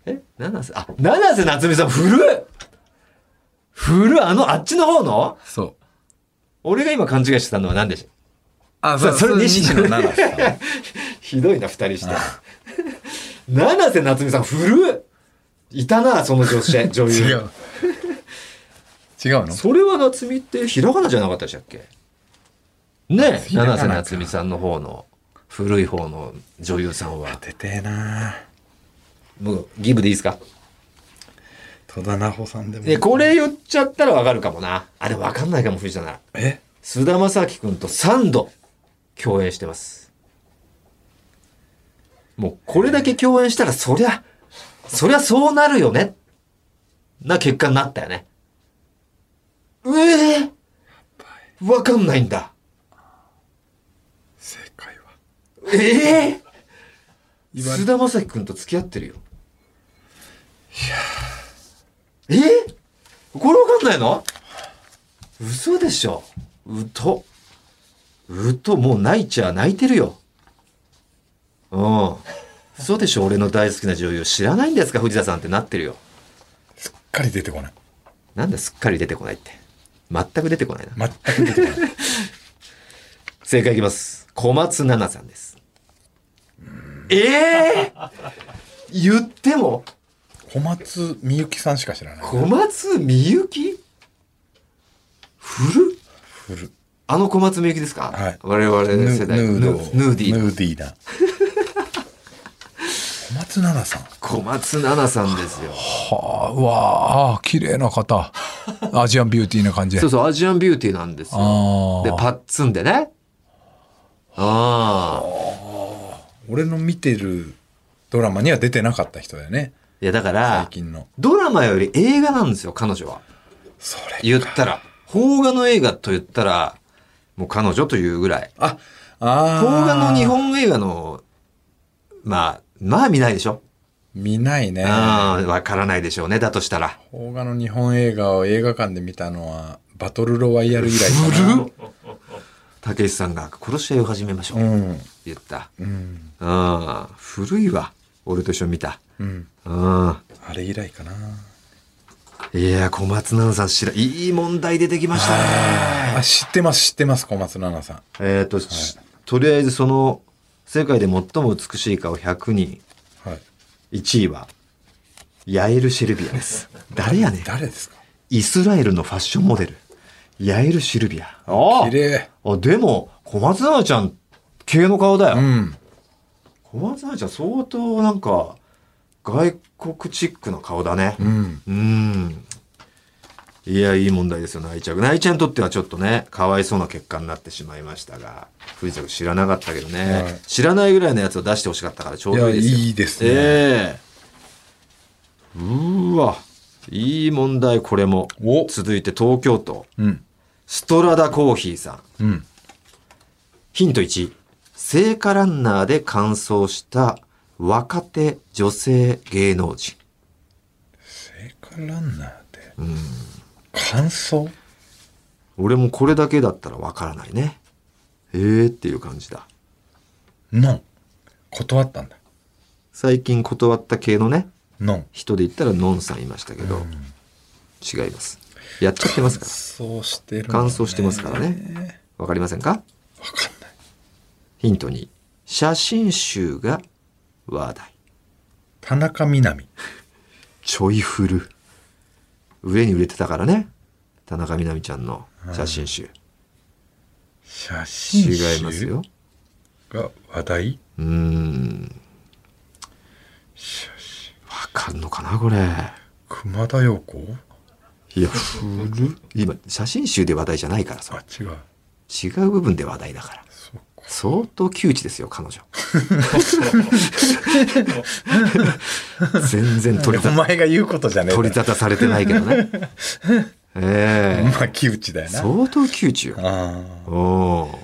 Speaker 2: え七瀬、あ、七瀬夏美さん古い古いあの、あっちの方の
Speaker 3: そう。
Speaker 2: 俺が今勘違いしてたのは何でしょ
Speaker 3: あ、
Speaker 2: そう
Speaker 3: そう、
Speaker 2: そ
Speaker 3: そ
Speaker 2: れ
Speaker 3: れ
Speaker 2: 西
Speaker 3: 西
Speaker 2: 野
Speaker 3: 野七瀬
Speaker 2: うひどいな、二人して。七瀬夏美さん古いいたな、その女 性、女
Speaker 3: さん。違
Speaker 2: 優。
Speaker 3: う。違うの
Speaker 2: それは夏美ってひらがなじゃなかったでしたっけねえ、
Speaker 3: ひらがな
Speaker 2: 七
Speaker 3: か
Speaker 2: 瀬夏美さんの方の、古い方の女優さんは。
Speaker 3: 出てえな
Speaker 2: もう、ギブでいいですか
Speaker 3: 戸田奈穂さんでも。
Speaker 2: で、これ言っちゃったらわかるかもな。あれわかんないかも、藤田なら。
Speaker 3: え
Speaker 2: 菅田将暉くんと3度共演してます。もうこれだけ共演したらそりゃ、そりゃそうなるよね。な結果になったよね。うえー、わかんないんだ。
Speaker 3: 正解は。
Speaker 2: ええー、
Speaker 3: 言われ
Speaker 2: 菅田将暉くんと付き合ってるよ。いやえー、これわかんないの嘘でしょ。うと。うと、もう泣いちゃ泣いてるよ。うん。嘘でしょ、俺の大好きな女優。知らないんですか、藤田さんってなってるよ。
Speaker 3: すっかり出てこない。
Speaker 2: なんですっかり出てこないって。全く出てこないな。
Speaker 3: 全く出てこない。
Speaker 2: 正解いきます。小松菜奈さんです。ええ言っても、
Speaker 3: 小松みゆきさんしか知らない。
Speaker 2: 小松みゆき古っ
Speaker 3: フル。
Speaker 2: あの小松みゆきですか、
Speaker 3: はい
Speaker 2: 我々
Speaker 3: ヌヌ
Speaker 2: 世代
Speaker 3: ー
Speaker 2: ヌ
Speaker 3: ド。
Speaker 2: ヌーディー。
Speaker 3: ヌーディーな。小松菜奈さん。
Speaker 2: 小松菜奈さんですよ。
Speaker 3: はあ、うわあ、綺麗な方。アジアンビューティーな感じで
Speaker 2: そう。そう、アジアンビューティーなんですよ
Speaker 3: あ。
Speaker 2: で、
Speaker 3: ー
Speaker 2: パッツンでね。ああ。
Speaker 3: 俺の見てるドラマには出てなかった人だよね。
Speaker 2: いや、だか
Speaker 3: 最
Speaker 2: ら、
Speaker 3: 近の。
Speaker 2: ドラマより映画なんですよ、彼女は。
Speaker 3: それ。
Speaker 2: 言ったら。邦画の映画と言ったら、もう彼女というぐらい。
Speaker 3: あ、ああ。
Speaker 2: 邦画の日本映画の、まあ、まあ見ないでしょ。
Speaker 3: 見ないね。
Speaker 2: ああ、わからないでしょうね。だとしたら。
Speaker 3: 邦画の日本映画を映画館で見たのは、バトルロワイヤル以来かな。
Speaker 2: たけしさんが殺し合いを始めましょう。
Speaker 3: うん。
Speaker 2: 言った。
Speaker 3: うん。
Speaker 2: うん。古いわ。俺と一緒に見た。
Speaker 3: うん。
Speaker 2: うん。
Speaker 3: あれ以来かな。
Speaker 2: いや、小松菜奈さん知ら、いい問題出てきました
Speaker 3: あ、
Speaker 2: ね。
Speaker 3: 知ってます、知ってます、小松菜奈さん。
Speaker 2: えっと、しとりあえずその、世界で最も美しい顔100人、
Speaker 3: はい。
Speaker 2: 1位は、ヤエル・シルビアです。誰やねん。
Speaker 3: 誰ですか
Speaker 2: イスラエルのファッションモデル、ヤエル・シルビア。
Speaker 3: 綺麗。
Speaker 2: あでも、小松菜奈ちゃん、系の顔だよ。
Speaker 3: うん。
Speaker 2: 小松菜奈ちゃん、相当なんか、外国チックな顔だね。
Speaker 3: うん。
Speaker 2: うん。いや、いい問題ですよ、ナイちゃん。ナイちゃんにとってはちょっとね、かわいそうな結果になってしまいましたが、藤田君知らなかったけどね、
Speaker 3: はい
Speaker 2: 知らないぐらいのやつを出してほしかったからちょうどいいですよ。
Speaker 3: いやいいです
Speaker 2: え
Speaker 3: ね
Speaker 2: えうーわ、いい問題、これも。
Speaker 3: お
Speaker 2: 続いて東京都、
Speaker 3: うん。
Speaker 2: ストラダコーヒーさん。
Speaker 3: うん。
Speaker 2: ヒント1、聖火ランナーで完走した若手女性芸能人。
Speaker 3: 聖火ランナーで。うん。感想
Speaker 2: 俺もこれだけだったらわからないね。えーっていう感じだ。
Speaker 3: ノン。断ったんだ。
Speaker 2: 最近断った系のね、
Speaker 3: ノン。
Speaker 2: 人で言ったらのんさんいましたけど、違います。やっちゃってますから。
Speaker 3: そうしてる、
Speaker 2: 乾燥してますからね。わかりませんか
Speaker 3: わかんない。
Speaker 2: ヒント2、写真集が話題。
Speaker 3: 田中みな実。
Speaker 2: ちょいフル。売れに売れてたからね。田中みな実ちゃんの写真集。
Speaker 3: 写真
Speaker 2: 違います
Speaker 3: 集
Speaker 2: よ。
Speaker 3: が話題
Speaker 2: うーん。
Speaker 3: 写真
Speaker 2: わかるのかなこれ。
Speaker 3: 熊田曜子
Speaker 2: いや、古っ今、写真集で話題じゃないからさ
Speaker 3: あ。違う
Speaker 2: 違う部分で話題だから。
Speaker 3: そうか
Speaker 2: 相当窮地ですよ、彼 女。全然取り
Speaker 3: お
Speaker 2: た
Speaker 3: 前が言うことじゃねえ
Speaker 2: 取り
Speaker 3: だ
Speaker 2: 立たされてないけど ね。え
Speaker 3: ろ
Speaker 2: え
Speaker 3: まあ木内だよな
Speaker 2: 相当窮地よ。
Speaker 3: あー
Speaker 2: おー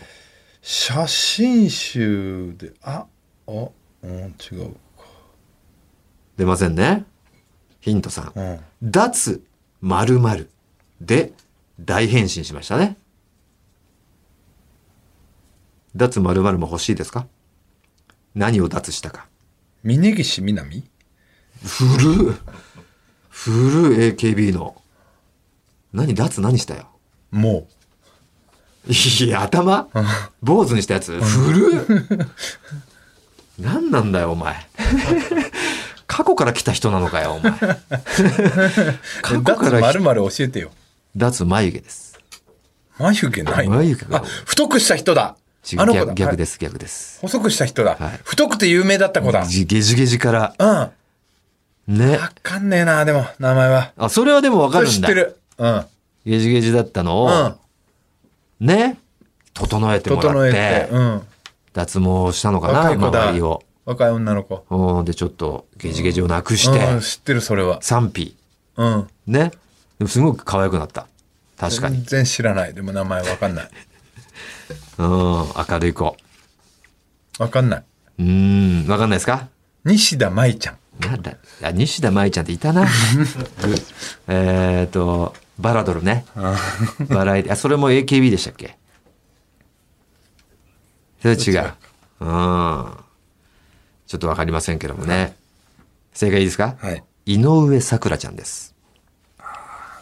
Speaker 3: 写真集でああうん違う
Speaker 2: 出ませんね。ヒント3
Speaker 3: か。うん
Speaker 2: 脱〇〇で大変身しましたね。脱〇〇も欲しいですか何を脱したか。
Speaker 3: 峯岸みなみ
Speaker 2: 古っ古い AKB の。何脱何したよ。
Speaker 3: も
Speaker 2: いや、頭坊主にしたやつ古っ何なんだよ、お前。過去から来た人なのかよ、お 前。過
Speaker 3: う。
Speaker 2: 去
Speaker 3: だって
Speaker 2: から
Speaker 3: ま
Speaker 2: 来
Speaker 3: るまる教えてよ。
Speaker 2: 脱眉毛です。
Speaker 3: 眉毛ないの
Speaker 2: 眉毛が
Speaker 3: あ、太くした人だ。
Speaker 2: 違
Speaker 3: あ
Speaker 2: う
Speaker 3: の子
Speaker 2: 逆
Speaker 3: だ。。
Speaker 2: 逆ですす、逆です。
Speaker 3: 細くした人だ
Speaker 2: はい。
Speaker 3: 太くて有名だった子だ。
Speaker 2: じゲジゲジから。
Speaker 3: うん。わ
Speaker 2: ね。
Speaker 3: かんねえな、でも、名前は。
Speaker 2: あ、それはでもわか
Speaker 3: そ
Speaker 2: る
Speaker 3: れ
Speaker 2: んだ。
Speaker 3: 知ってる。うん。
Speaker 2: ゲジゲジだったのを、
Speaker 3: うん。
Speaker 2: ね。整えてもら
Speaker 3: 整
Speaker 2: っ
Speaker 3: え
Speaker 2: て、
Speaker 3: て。うん。
Speaker 2: 脱毛したのかな、
Speaker 3: 若い子だ
Speaker 2: 周りを。。
Speaker 3: 若い女の子。
Speaker 2: うん、で、ちょっとゲジゲジをなくして、
Speaker 3: うん、知ってる、それは。
Speaker 2: 賛否。
Speaker 3: うん。
Speaker 2: ね。でもすごく可愛くなった。確かに。
Speaker 3: 全然知らない。でも名前わかんない。
Speaker 2: うん、明るい子。
Speaker 3: わかんない。
Speaker 2: うん、わかんないですか
Speaker 3: 西田舞ちゃん。
Speaker 2: なんだ、あ、西田舞ちゃんっていた な。えっと、バラドルね。バラエティ、あ、それも AKB でしたっけそれ違う。うん。ちょっとわかりませんけどもね。正解いいですか
Speaker 3: はい。
Speaker 2: 井上咲楽ちゃんです。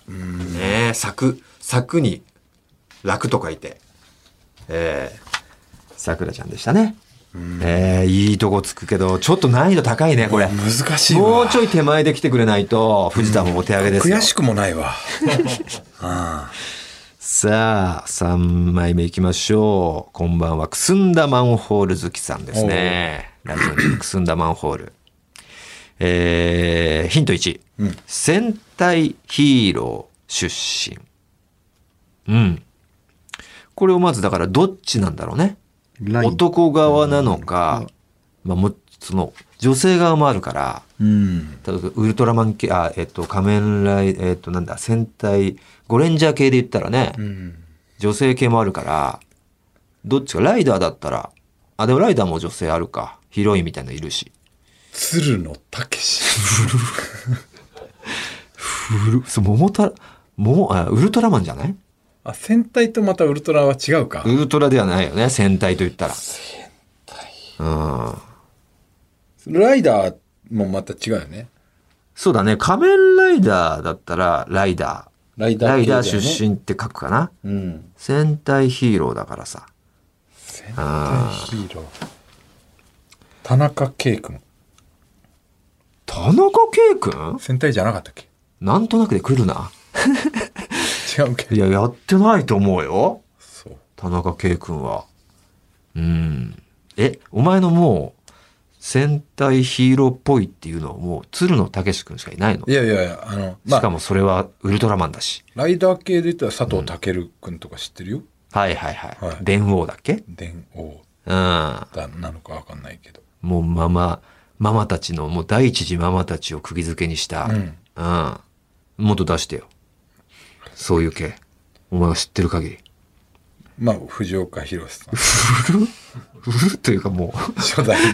Speaker 2: ねえ、咲く、咲くに、楽と書いて。ええ桜ちゃんでしたね。ええいいとこつくけど、ちょっと難易度高いね、これ。
Speaker 3: 難しいわ。
Speaker 2: もうちょい手前で来てくれないと、藤田もお手上げですよ。
Speaker 3: 悔しくもないわ。
Speaker 2: さあ、3枚目いきましょう。こんばんは。くすんだマンホール好きさんですね。ラジオネームくすんだマンホール。えー、ヒント1。
Speaker 3: うん
Speaker 2: 戦隊ヒーロー出身。うん。これをまずだからどっちなんだろうね。
Speaker 3: ライン
Speaker 2: 男側なのか、まあ、もその女性側もあるから、
Speaker 3: うん。
Speaker 2: 例えばウルトラマン系、あ、えっと、仮面ライ、えっと、なんだ、戦隊、ゴレンジャー系で言ったらね、
Speaker 3: うん。
Speaker 2: 女性系もあるから、どっちか、ライダーだったら、あ、でもライダーも女性あるか。ヒロインみたいのいるし。
Speaker 3: 鶴野武史。
Speaker 2: ウル、そう、桃太郎、桃、あ、ウルトラマンじゃない
Speaker 3: あ、戦隊とまたウルトラは違うか
Speaker 2: ウ。ルトラではないよね、戦隊と言ったら。うん。
Speaker 3: ライダーもまた違うよね。
Speaker 2: そうだね、仮面ライダーだったら、ライダ
Speaker 3: ライ
Speaker 2: ー。
Speaker 3: ダー
Speaker 2: ライ
Speaker 3: 系だよ
Speaker 2: ダー
Speaker 3: ね
Speaker 2: 出。身って書くかな。
Speaker 3: うん。
Speaker 2: 戦隊ヒーローだからさ。
Speaker 3: 戦隊ヒーロー。田中圭君。
Speaker 2: 田中圭君
Speaker 3: 戦隊じゃなかったっけ
Speaker 2: なんとなくで来るな。
Speaker 3: 違うけ
Speaker 2: い
Speaker 3: ど。
Speaker 2: や、やってないと思うよ。
Speaker 3: そう。
Speaker 2: 田中圭君は。うん。え、お前のもう、戦隊ヒーローっぽいっていうのはもう、鶴野武志君しかいないの。
Speaker 3: いやいやいや、あの、ま
Speaker 2: しか
Speaker 3: あ、
Speaker 2: もそれはウルトラマンだし。
Speaker 3: ライダー系で言ったら佐藤健君とか知ってるよ。
Speaker 2: はいはいはい。
Speaker 3: はい
Speaker 2: 電王だっけ
Speaker 3: 電王
Speaker 2: うん。
Speaker 3: だなのかわかんないけど。
Speaker 2: もうママ、ママたちの、もう第一次ママたちを釘付けにした。
Speaker 3: うん。
Speaker 2: うん。もっと出してよ。そういう系。お前が知ってる限り。
Speaker 3: まあ、藤岡弘さん。
Speaker 2: うるというかも
Speaker 3: 初代の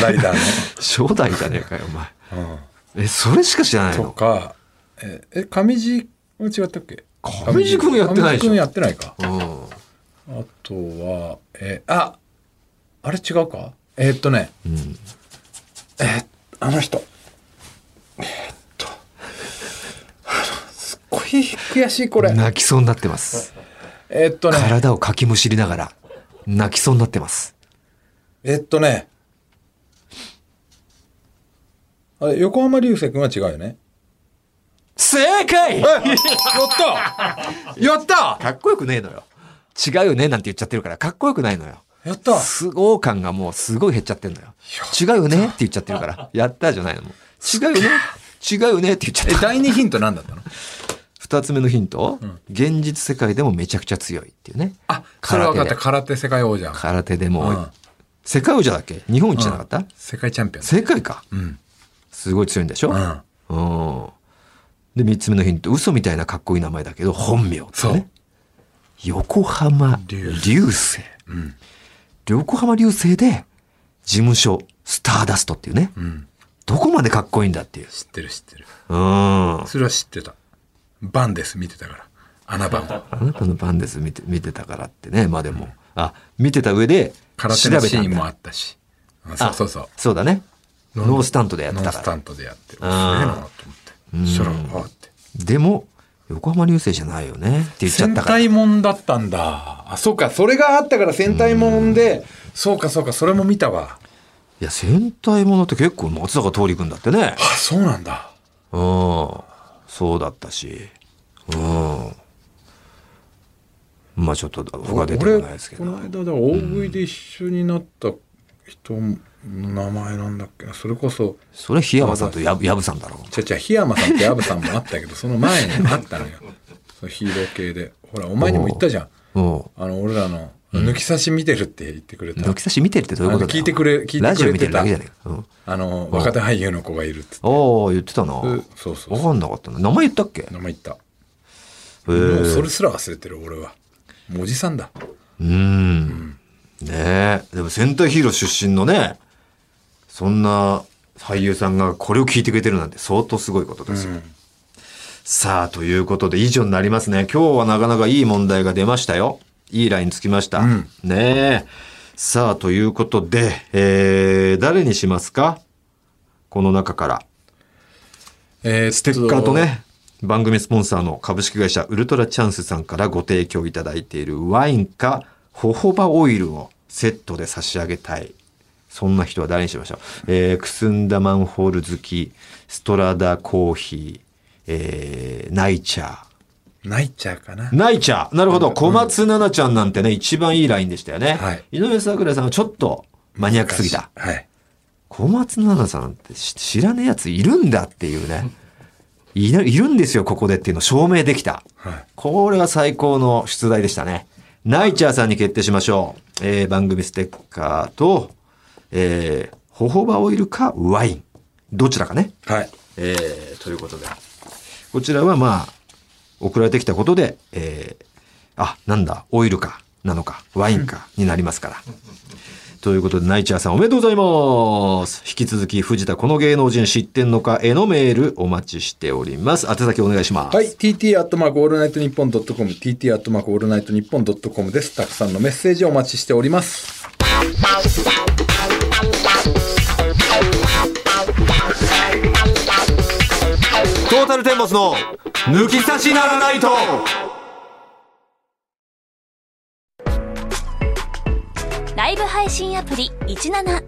Speaker 3: ライダー
Speaker 2: う、初代じゃねえかよ、お前。
Speaker 3: の。うん。
Speaker 2: え、それしか知らない
Speaker 3: と
Speaker 2: の
Speaker 3: か、え、え上地は違ったっけ
Speaker 2: 上地君やってないでしょ
Speaker 3: 上地君やってないか。
Speaker 2: うん。
Speaker 3: あとは、え、あ、あれ違うかえーっとね、
Speaker 2: うん。
Speaker 3: えーあの人。えーっと、あの、すっごい悔しいこれ。
Speaker 2: 泣きそうになってます。
Speaker 3: えーっとね、
Speaker 2: 体をかきむしりながら、泣きそうになってます。
Speaker 3: えーっとね、あれ、横浜流星君は違うよね。
Speaker 2: 正解
Speaker 3: えやったやった
Speaker 2: かっこよくねえのよ。違うよねなんて言っちゃってるから、かっこよくないのよ。
Speaker 3: やった
Speaker 2: すごう感がもうすごい減っちゃってんのよ。違うよねって言っちゃってるから。やったじゃないの。もう違うよね違うよねって言っちゃっ
Speaker 3: え
Speaker 2: た。、
Speaker 3: 第二ヒント何だったの
Speaker 2: 二つ目のヒント、
Speaker 3: ん
Speaker 2: 現実世界でもめちゃくちゃ強いっていうね。
Speaker 3: あ、それは分かった。
Speaker 2: 空
Speaker 3: 空手世界王者。
Speaker 2: 空手でも、
Speaker 3: うん
Speaker 2: 世界王者だっけ日本一じゃなかった、
Speaker 3: 世界チャンピオン。
Speaker 2: 世界か。
Speaker 3: うん。
Speaker 2: すごい強いんでしょ、
Speaker 3: う
Speaker 2: う
Speaker 3: ん。
Speaker 2: ん。で、三つ目のヒント。嘘みたいなかっこいい名前だけど、本名ってね。横浜
Speaker 3: 流
Speaker 2: 流星。
Speaker 3: 星
Speaker 2: で横浜流星で、事務所、スターダストっていうね。
Speaker 3: うん。
Speaker 2: どこまでかっこいいんだっていう。
Speaker 3: 知ってる知ってる。
Speaker 2: うん。
Speaker 3: それは知ってた。番です見てたから穴番を
Speaker 2: あなたの番です見て見てたからってねまあでも、あ見てた上で
Speaker 3: 空手
Speaker 2: 調
Speaker 3: の
Speaker 2: べ
Speaker 3: シ
Speaker 2: た
Speaker 3: ー
Speaker 2: ん
Speaker 3: ンも
Speaker 2: だ
Speaker 3: あったしあそ
Speaker 2: あ
Speaker 3: うそうそう
Speaker 2: そうだねノースタントでやって
Speaker 3: ノ
Speaker 2: た
Speaker 3: ンス
Speaker 2: か
Speaker 3: タ
Speaker 2: ら
Speaker 3: ントでやってすげえ
Speaker 2: ん
Speaker 3: なと思ってそしたらあって
Speaker 2: でも横浜流星じゃないよねって言っちゃっ
Speaker 3: 戦
Speaker 2: たから
Speaker 3: 隊もんだったんだあそうかそれがあったから戦隊もんでそうかそうかそれも見たわ
Speaker 2: いや戦隊ものって結構松坂桃李君だってね
Speaker 3: あそうなんだ
Speaker 2: うんそうだったしうんまあちょっと他は出てこないですけど
Speaker 3: 俺この間だから大食いで一緒になった人の名前なんだっけなそれこそ
Speaker 2: それ檜山さんとやぶやぶさんだろ
Speaker 3: ちゃちゃ檜山さんと薮さんもあったけどその前にあったの よそのヒーロー系でほらお前にも言ったじゃん
Speaker 2: ううん
Speaker 3: あの俺らの抜き差し見てるって言ってくれた、
Speaker 2: 抜き差し見てるってどういうことだよ
Speaker 3: あの聞いてくれ聞いてくれてた
Speaker 2: ラジオ見てるだけじゃないか、うん、あ
Speaker 3: あの若手俳優の子がいるっつって
Speaker 2: あ言ってたな
Speaker 3: うんそうそう
Speaker 2: 分
Speaker 3: そ
Speaker 2: かんなかったな名前言ったっけへ
Speaker 3: う名前言った
Speaker 2: え
Speaker 3: もうそれすら忘れてる俺はもうおじさんだ
Speaker 2: うんねえでも戦隊ヒーロー出身のねそんな俳優さんがこれを聞いてくれてるなんて相当すごいことですよ、さあということで以上になりますね今日はなかなかいい問題が出ましたよいいラインつきました、
Speaker 3: ん
Speaker 2: ねえさあということで、えー、誰にしますかこの中から
Speaker 3: えーっと
Speaker 2: ステッカーとね、番組スポンサーの株式会社ウルトラチャンスさんからご提供いただいているワインかホホバオイルをセットで差し上げたい。そんな人は誰にしましょう。えーくすんだマンホール好き、ストラダコーヒー、えーナイチャー。
Speaker 3: 泣いちゃうかな
Speaker 2: ナイチャー。なるほど。小松菜奈ちゃんなんてね、一番いいラインでしたよね。
Speaker 3: はい
Speaker 2: 井上桜さんはちょっとマニアックすぎた。
Speaker 3: はい
Speaker 2: 小松菜奈さんってし知らねえやついるんだっていうね。いないるんですよ、ここでっていうのを証明できた。
Speaker 3: はい
Speaker 2: これは最高の出題でしたね。ナイチャーさんに決定しましょう。えー番組ステッカーと、えー、ホホバオイルかワイン。どちらかね。
Speaker 3: はい
Speaker 2: えーということで。こちらはまあ、送られてきたことで、えーあ、なんだ、オイルか、なのか、ワインか、になりますから。ということで、ナイチャーさんおめでとうございます。引き続き、藤田この芸能人知ってんのかへのメールお待ちしております。宛先お願いします。
Speaker 3: はい。TT アットマークオールナイトニッポンドットコム、TT アットマークオールナイトニッポンドットコムです。たくさんのメッセージをお待ちしております。
Speaker 2: トータルテンボスの抜き差しならないと
Speaker 1: ライブ配信アプリ17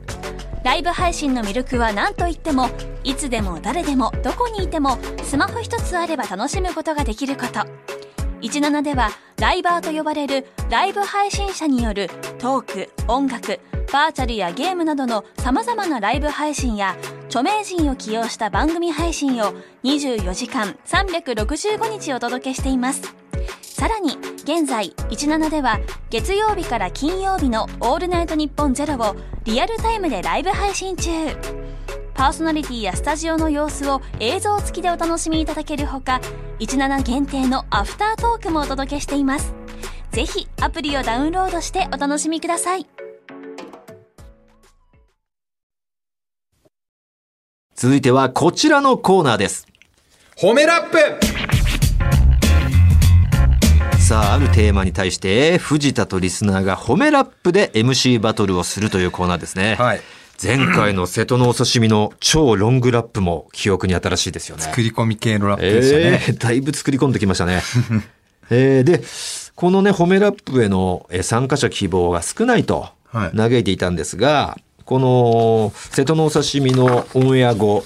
Speaker 1: ライブ配信の魅力は何といってもいつでも誰でもどこにいてもスマホ一つあれば楽しむことができること17ではライバーと呼ばれるライブ配信者によるトーク音楽バーチャルやゲームなどのさまざまなライブ配信や著名人を起用した番組配信を24時間365日お届けしていますさらに現在17では月曜日から金曜日の「オールナイトニッポンゼロをリアルタイムでライブ配信中パーソナリティやスタジオの様子を映像付きでお楽しみいただけるほか17限定のアフタートークもお届けしていますぜひアプリをダウンロードしてお楽しみください
Speaker 2: 続いてはこちらのコーナーです。
Speaker 3: 褒めラップ
Speaker 2: さあ、あるテーマに対して、藤田とリスナーが褒めラップで MC バトルをするというコーナーですね。
Speaker 3: はい。
Speaker 2: 前回の瀬戸のお刺身の超ロングラップも記憶に新しいですよね。
Speaker 3: り込み系のラッ
Speaker 2: えーだいぶ作り込んできました ね。えーで、このね、褒めラップへのえー参加者希望が少ないと
Speaker 3: はい
Speaker 2: 嘆いていたんですが、この瀬戸のお刺身のオンエア後、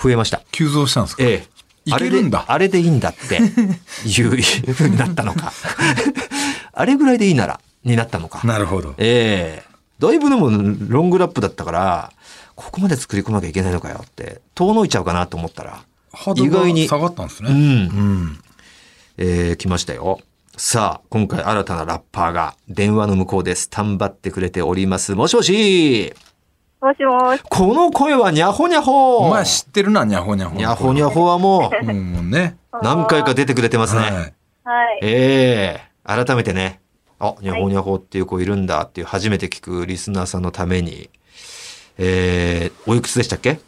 Speaker 2: 増えました。
Speaker 3: 急増したんですか
Speaker 2: ええ。
Speaker 3: いけるんだ
Speaker 2: あれで、あれでいいんだって、いうふうになったの か。あれぐらいでいいなら、になったのか。
Speaker 3: なるほど。
Speaker 2: ええだいぶでもロングラップだったから、ここまで作り込まなきゃいけないのかよって、遠のいちゃうかなと思ったら、
Speaker 3: ハード
Speaker 2: 意
Speaker 3: ルが
Speaker 2: 外に、
Speaker 3: 下がったんです
Speaker 2: う
Speaker 3: ね。
Speaker 2: ん、
Speaker 3: うん。
Speaker 2: えー来ましたよ。さあ、今回新たなラッパーが電話の向こうでスタンバってくれております。もしもし
Speaker 4: もしもし。
Speaker 2: この声はニャホニャホ
Speaker 3: お前知ってるな、ニャホニャホ。
Speaker 2: ニャホニャホはもう
Speaker 3: もうもうね。
Speaker 2: 何回か出てくれてますね。
Speaker 3: はい。
Speaker 4: はい。
Speaker 2: ええ改めてね、あ、にゃほにゃほっていう子いるんだっていう初めて聞くリスナーさんのために、ええおいくつでしたっけ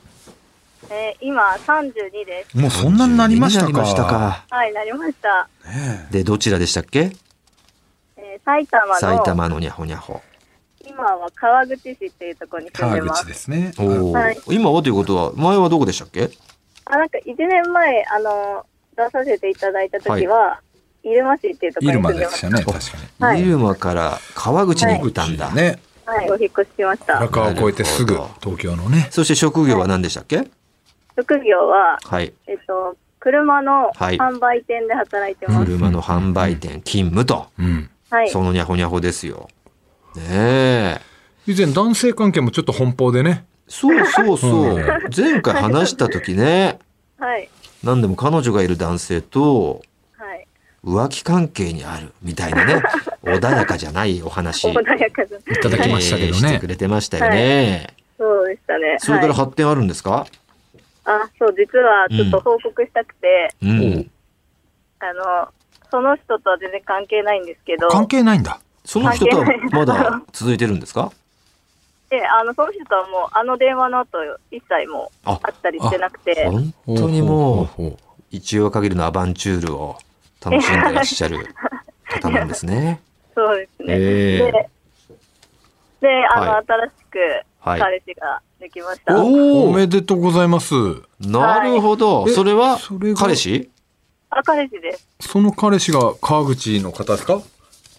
Speaker 4: えー今32です。
Speaker 3: もうそんなになりましたか
Speaker 2: なりましたか
Speaker 4: はい、なりました。
Speaker 3: ねえ
Speaker 2: で、どちらでしたっけ
Speaker 4: えー埼玉の
Speaker 2: 埼玉のにゃほにゃほ。
Speaker 4: 今は川口市っていうところに住ん
Speaker 3: 川
Speaker 4: でま。
Speaker 3: 口ですすね
Speaker 2: おお、
Speaker 4: はい
Speaker 2: 今はということは、前はどこでしたっけ
Speaker 4: あ、なんか1年前、あの、出させていただいた時は、入間市っていうところ
Speaker 3: 入
Speaker 4: に
Speaker 3: 間
Speaker 4: 住んで
Speaker 3: で
Speaker 4: ま
Speaker 3: し
Speaker 4: す。
Speaker 3: たね確かに
Speaker 4: はい
Speaker 2: 入間から川口に行ったんだ。
Speaker 3: 川口ね
Speaker 4: はい、お引っ越ししました。
Speaker 3: 荒川を越えてすぐ
Speaker 2: なるほ
Speaker 3: 東京のね
Speaker 2: そして職業は何でしたっけ
Speaker 4: 職業は、
Speaker 2: はい。
Speaker 4: えっと、車の
Speaker 2: はい
Speaker 4: 販売店で働いてます。
Speaker 2: 車の販売店勤務と。
Speaker 3: うん
Speaker 4: はい。
Speaker 2: そのにゃほにゃほですよ。ねえ。
Speaker 3: 以前男性関係もちょっと奔放でね
Speaker 2: そうそうそう
Speaker 3: うん。
Speaker 2: 前回話した時ね、
Speaker 4: はい。
Speaker 2: 何でも彼女がいる男性と
Speaker 4: はい。
Speaker 2: 浮気関係にあるみたいな ね、穏やかじゃないお話。
Speaker 4: 穏やかな。
Speaker 3: いただきましたけど
Speaker 2: えーし
Speaker 3: ね
Speaker 2: てくれてましたよね。
Speaker 4: そうでしたね。
Speaker 2: それから
Speaker 4: はい、
Speaker 2: 発展あるんですか、
Speaker 4: あ、そう、実はちょっと報告したくて、
Speaker 2: うん。
Speaker 4: あの、その人とは全然関係ないんですけど、
Speaker 3: 関係ないんだ
Speaker 2: その人とは
Speaker 4: 関係な
Speaker 2: ま
Speaker 4: い
Speaker 2: だ続いてるんですか
Speaker 4: で、あの、その人とはもう、あの電話の後、一切もう、
Speaker 2: あ
Speaker 4: 会ったりしてなくて、
Speaker 2: 本当にもう
Speaker 3: ほうほうほう
Speaker 2: 一応限りのアバンチュールを楽しんでらっしゃる方なんですね。
Speaker 4: そうですね。
Speaker 2: ええ
Speaker 4: で、で、あの、
Speaker 2: はい
Speaker 4: 新しく、
Speaker 2: はい
Speaker 4: 彼氏ができました。
Speaker 3: お
Speaker 2: お
Speaker 3: おめでとうございます
Speaker 2: なるほど。
Speaker 3: はい
Speaker 2: それは
Speaker 3: えそれが
Speaker 2: 彼氏
Speaker 4: あ、彼氏です。
Speaker 3: その彼氏が川口の方ですか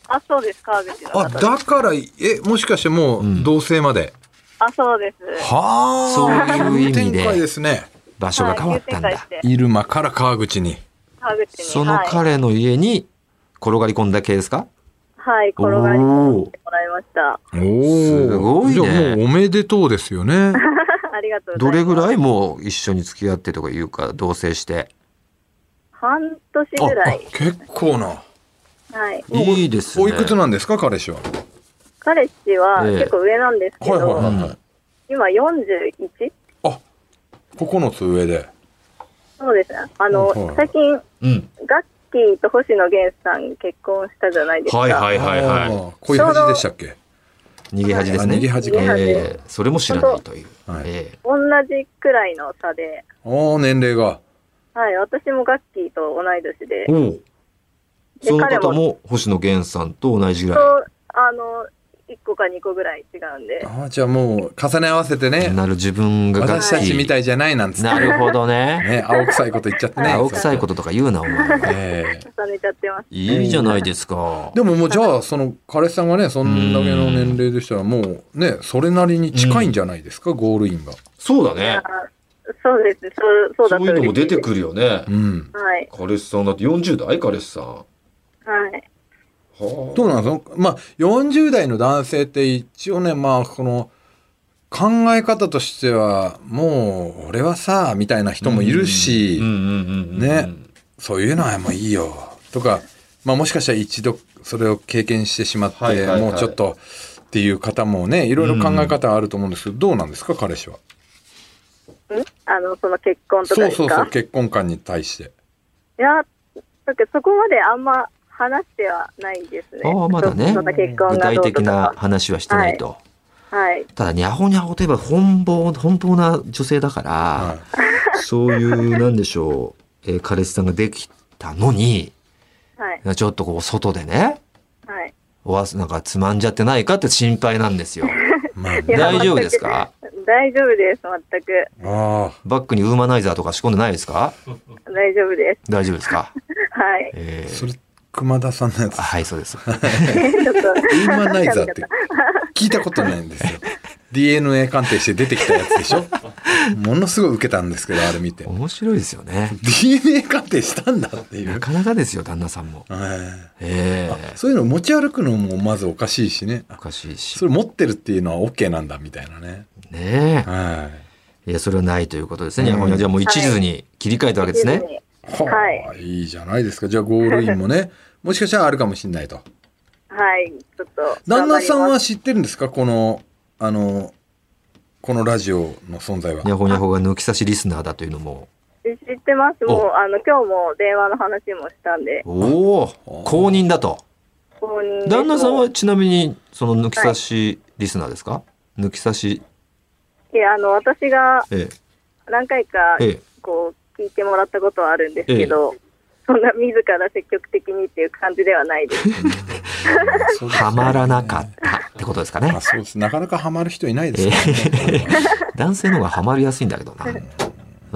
Speaker 4: あ、そうです、川口の
Speaker 3: あ
Speaker 4: 方です。
Speaker 3: だからえもしかしても
Speaker 2: うん
Speaker 3: う同性まで、
Speaker 4: あ、そうです。
Speaker 3: はあ
Speaker 2: そういう意味で
Speaker 3: 急展開ですね
Speaker 2: 場所が変わったん
Speaker 4: はい
Speaker 2: だ
Speaker 4: 急展開し。て
Speaker 3: 入間から川口に
Speaker 4: 川口に。
Speaker 2: その
Speaker 4: はい、
Speaker 2: 彼の家に転がり込んだ系ですか
Speaker 4: はい、転
Speaker 2: お
Speaker 4: がりも
Speaker 2: お
Speaker 4: らいました。
Speaker 3: お
Speaker 2: ーすごいね
Speaker 3: じゃあもうおめでとうですよね
Speaker 4: ありがとうご
Speaker 2: ど
Speaker 4: ざい
Speaker 2: れ
Speaker 4: ます。
Speaker 2: ぐらいもう一緒に付き合ってとかいうか同棲して。
Speaker 4: 半年ぐらい。
Speaker 3: 結構な
Speaker 4: はい。
Speaker 2: いいですね。
Speaker 3: おいくつなんですか彼氏は
Speaker 4: 彼氏は
Speaker 2: ええ
Speaker 4: 結構上なんですけど、
Speaker 2: うん
Speaker 4: 今 41?
Speaker 3: あ9つ上で
Speaker 4: そうですね。あの、
Speaker 3: はいはい
Speaker 4: 最近、
Speaker 2: うん。
Speaker 4: ガッキーと星野源さん結婚したじゃないですか。
Speaker 2: はいはいいはいはい。
Speaker 3: 恋恥でしたっけ
Speaker 2: 逃げ恥ですね。
Speaker 3: あ逃げ恥
Speaker 4: か
Speaker 2: ええそれも知らないという。
Speaker 3: はい
Speaker 2: え
Speaker 4: 同じくらいの差で、
Speaker 3: ああ年齢が
Speaker 4: はい、私もガッキーと同い年で
Speaker 2: え、おう
Speaker 4: で
Speaker 2: その
Speaker 4: 彼
Speaker 2: 方
Speaker 4: も
Speaker 2: も星野源さんと同じぐらい。
Speaker 4: と、あの、1個か2個ぐらい違うんで、
Speaker 3: ああじゃあもう重ね合わせてね
Speaker 2: なる自分が
Speaker 3: 私たちみたいじゃないなんつって
Speaker 2: なるほどね。
Speaker 3: ね青臭いこと言っちゃってね、
Speaker 2: 青臭いことととか言うな、お前。
Speaker 3: ええ
Speaker 4: 重ねちゃってます。
Speaker 2: いいじゃないですか。
Speaker 3: でももうじゃあその彼氏さんがねそんだけの年齢でしたらもうねそれなりに近いんじゃないですか、ゴールインが。
Speaker 2: そうだね
Speaker 4: あ。そうですね、そう、そうだった嬉しです
Speaker 2: るよね
Speaker 3: うん、
Speaker 4: はい、
Speaker 2: 彼氏さんだって40代彼氏さん。
Speaker 4: はい。
Speaker 3: どうなんですかまあ40代の男性って一応ねまあこの考え方としてはもう俺はさみたいな人もいるし、
Speaker 2: うんうんうんうん。
Speaker 3: ねそういうのはもういいよとか、まあ、もしかしたら一度それを経験してしまって、
Speaker 2: はいはいはい
Speaker 3: もうちょっとっていう方もねいろいろ考え方あると思うんですけど、どうなんですか彼氏は。
Speaker 4: んあの、その結婚とか
Speaker 3: そう
Speaker 4: ですか
Speaker 3: そうそう結婚観に対して。
Speaker 4: いや、だってそこまであんま話してはないですね。
Speaker 2: ああ、まだね。
Speaker 4: そそんな結婚
Speaker 2: 具
Speaker 4: が
Speaker 2: 体
Speaker 4: どう
Speaker 2: 的
Speaker 4: と
Speaker 2: な
Speaker 4: か。
Speaker 2: 話はしてないと。
Speaker 4: はい。
Speaker 2: ただ、にゃほにゃほといえば、奔放、奔放な女性だから、
Speaker 3: はい
Speaker 2: そういう、なんでしょう、えー彼氏さんができたのに、
Speaker 4: はい。
Speaker 2: ちょっとこう、外でね、
Speaker 4: はい。
Speaker 2: おわす、なんかつまんじゃってないかって心配なんですよ。
Speaker 3: まあね
Speaker 4: いや
Speaker 2: 大丈夫ですか
Speaker 4: 大丈夫です、全く。
Speaker 3: あ
Speaker 2: バッグにウーマナイザーとか仕込んでないですか
Speaker 4: 大丈夫です。
Speaker 2: 大丈夫ですか
Speaker 4: はい。
Speaker 2: え
Speaker 3: あ、
Speaker 2: ー
Speaker 3: それ、熊田さんのやつ
Speaker 2: あ、はい、そうです。
Speaker 4: ちょっと、
Speaker 3: エイマナイ ザーって聞いたことないんですよ。DNA 鑑定して出てきたやつで しょものすごい受けたんですけど、あれ見て。
Speaker 2: 面白いですよね。
Speaker 3: DNA 鑑定したんだってい
Speaker 2: な
Speaker 3: う。
Speaker 2: かなかですよ、旦那さんも。
Speaker 3: はい
Speaker 2: ええ
Speaker 3: そういうの持ち歩くのもまずおかしいしね。
Speaker 2: お
Speaker 3: あ
Speaker 2: かしいし
Speaker 3: そ。れ持ってるっていうのは OK なんだみたいなね。
Speaker 2: ね
Speaker 3: はい
Speaker 2: や、それはないということですね。
Speaker 3: うん
Speaker 2: にゃほにゃほじゃあもう一途に切り替えたわけですね。
Speaker 3: い。はあ、いいじゃないですか。じゃあゴールインも ね、もしかしたらあるかもしれないと。
Speaker 4: はい。ちょっと。
Speaker 3: 旦那さん
Speaker 4: 頑張りま
Speaker 3: は
Speaker 4: す
Speaker 3: 知ってるんですかこの、あの、このラジオの存在は
Speaker 2: に。ゃほにゃほが抜き差しリスナーだというのも。
Speaker 4: 知ってます。もう、
Speaker 2: お
Speaker 4: あの、今日も電話の話もしたんで、
Speaker 2: おお
Speaker 3: お
Speaker 2: 公認だと。
Speaker 4: 公認です
Speaker 2: 旦那さんはちなみに、その抜き差しリスナーですか抜き差し、
Speaker 4: いや、あの、私が
Speaker 2: ええ
Speaker 4: 何回か
Speaker 2: ええ
Speaker 4: こう聞いてもらったことはあるんですけど、そんな自ら積極的にっていう感じではな いです。
Speaker 2: はまらなかったってことですかね
Speaker 3: あ。そうです。なかなかハマる人いないですか らね。
Speaker 2: 男性の方がはまりやすいんだけどな。う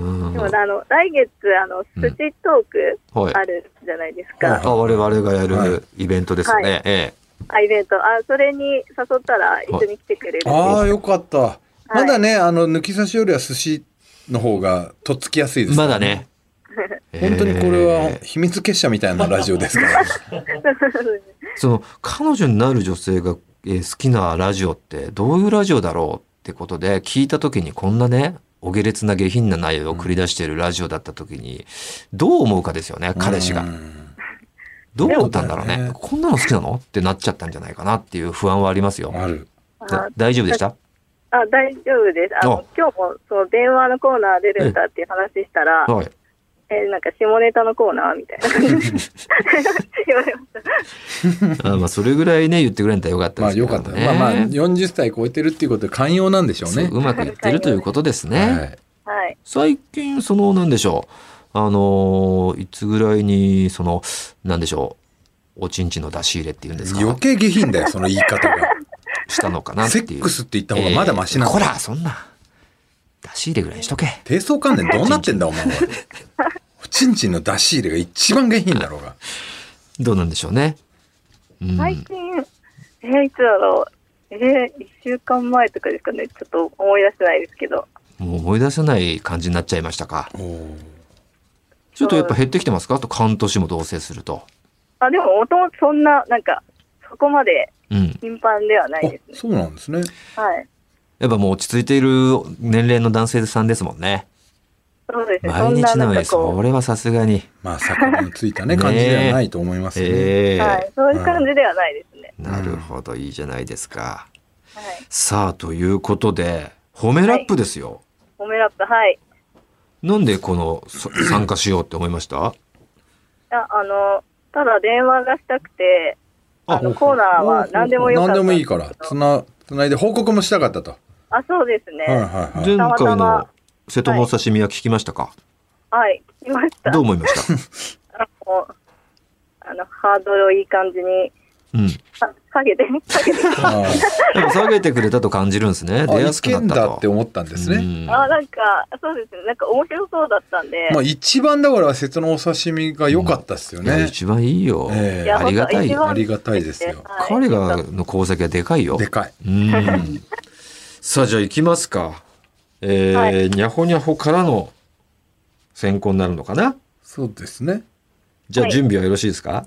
Speaker 2: ん
Speaker 4: で。もあの来月あの
Speaker 2: うん
Speaker 4: 寿司トーク
Speaker 2: はい
Speaker 4: あ。るじゃないです
Speaker 3: は
Speaker 4: か、
Speaker 2: あ我々がや
Speaker 3: はい
Speaker 2: るイベントですね。
Speaker 4: はい
Speaker 2: え
Speaker 4: あイベントあそれに誘ったら一緒に来てくれるっていう
Speaker 3: ああ、よかった。
Speaker 4: い
Speaker 3: まだね、あの、抜き差しよりは寿司の方がとっつきやすい
Speaker 2: え
Speaker 3: です。
Speaker 2: まだ。ね。
Speaker 3: 本当にこれ
Speaker 2: え
Speaker 3: は
Speaker 2: え
Speaker 3: 秘密結社みたいなラジオですから。
Speaker 2: その彼女になる女性が、えー好きなラジオってどういうラジオだろうってことで聞いた時にこんなねお下劣な下品な内容を繰り出しているラジオだった時にどう思うかですよね彼氏が。
Speaker 3: うん
Speaker 2: どう思ったんだろう
Speaker 3: そうだ
Speaker 2: ね
Speaker 3: ね
Speaker 2: こんなの好きなのってなっちゃったんじゃないかなっていう不安はありますよ。
Speaker 3: ある。
Speaker 4: あ
Speaker 2: 大丈夫でした
Speaker 4: あ大丈夫ですあ
Speaker 2: あ
Speaker 4: の今日もその電話のコーナー出るんだっていう話したら、
Speaker 2: はい。
Speaker 4: えなんか下ネタのコーナーみたいな言われました
Speaker 2: あまあそれぐらいね言ってくれたらよかった
Speaker 3: ま
Speaker 2: で
Speaker 3: あ
Speaker 2: すけ
Speaker 3: よ
Speaker 2: ど
Speaker 3: か
Speaker 2: ね。
Speaker 3: った。まあまあ、40歳超えてるっていうことで寛容なんでしょう
Speaker 2: そう
Speaker 3: ね。
Speaker 2: うまくいってるということですね。
Speaker 3: はい
Speaker 4: はい
Speaker 2: 最近そのなんでしょうあのーいつぐらいにそのなんでしょうおちんちんの出し入れっていうんです
Speaker 3: 余
Speaker 2: か
Speaker 3: 計下品だよ、その言い方
Speaker 2: したのか な
Speaker 3: が。
Speaker 2: っ
Speaker 3: セ
Speaker 2: てい
Speaker 3: ッ
Speaker 2: う
Speaker 3: クスって言った方がまだマシなん
Speaker 2: え
Speaker 3: だ
Speaker 2: ーこらそんな出し入れぐらいにしとけ
Speaker 3: 低層関連どうなってんだ、お前は。おちんちんの出し入れが一番下品だろうが。
Speaker 2: どうなんでしょうねうん
Speaker 4: 最近、えーいつだろうえー、1週間前とかですかねちょっと思い出せないですけど
Speaker 2: もう思い出せない感じになっちゃいましたかちょ
Speaker 4: そう
Speaker 2: っとやっぱ減ってきてますかあと半年も同棲すると
Speaker 4: あでももともとそんななんかそこまで
Speaker 2: うん
Speaker 4: 頻繁ではない
Speaker 3: あ
Speaker 4: ですね
Speaker 3: そうなんですね。
Speaker 4: はい
Speaker 2: やっぱもう落ち着いている年齢の男性さんですもんね
Speaker 4: そうですねそ
Speaker 2: 毎
Speaker 4: んな
Speaker 2: 日の
Speaker 4: な
Speaker 2: よ
Speaker 4: ん
Speaker 2: うに
Speaker 4: かこ
Speaker 2: そうれはさすがに
Speaker 3: まあ、魚のついたね、
Speaker 2: ねえ
Speaker 3: 感じではないと思いますよね。
Speaker 2: ええ
Speaker 4: はい、そういう感じではないですね。
Speaker 2: なるほどいいじゃないですか
Speaker 4: はい、
Speaker 2: さあということで褒めラップですよ、
Speaker 4: 褒めラップ、はい。
Speaker 2: なんでこのそ参加しようって思いました
Speaker 4: ああの、ただ電話がしたくて、あのコーナーは何でもよかった。
Speaker 3: 何でもいいから、つな、つないで報告もしたかったと。
Speaker 4: あ、そうですね。
Speaker 3: はいはいはい。
Speaker 2: 前
Speaker 4: たま
Speaker 2: 回の
Speaker 4: たま
Speaker 2: 瀬戸のお刺身は聞きましたか、
Speaker 4: はい、来ました。
Speaker 2: どう思いました、
Speaker 4: あの、あのハードルをいい感じに、
Speaker 2: うん、
Speaker 4: さ 下げて、下げて。
Speaker 3: あー
Speaker 2: やっぱ下げてくれたと感じるんですね出
Speaker 3: あ、
Speaker 2: や
Speaker 3: い
Speaker 2: すく
Speaker 3: け
Speaker 2: なっ
Speaker 3: ん
Speaker 2: た
Speaker 3: だ
Speaker 2: と
Speaker 3: って思ったんです
Speaker 2: う
Speaker 3: ね。
Speaker 2: ん
Speaker 4: あ、なんか、そうですね。なんか面白そうだったんで、
Speaker 3: まあ、一番だから、瀬戸のお刺身が良かったですよ
Speaker 2: いや
Speaker 3: ね。
Speaker 2: 一番いいよ、
Speaker 3: ええ
Speaker 4: いや
Speaker 2: ありがたい
Speaker 4: 本当一
Speaker 2: よ
Speaker 4: 番
Speaker 3: ありがたいですよ。
Speaker 4: はい
Speaker 2: 彼がの功績はでかいよ
Speaker 3: でかい。
Speaker 2: うんさあじゃあ行きますかえー
Speaker 4: は
Speaker 2: にゃほにゃほからの選考になるのかな
Speaker 3: そうですね。
Speaker 2: じゃあ
Speaker 4: はい
Speaker 2: 準備はよろしいですか、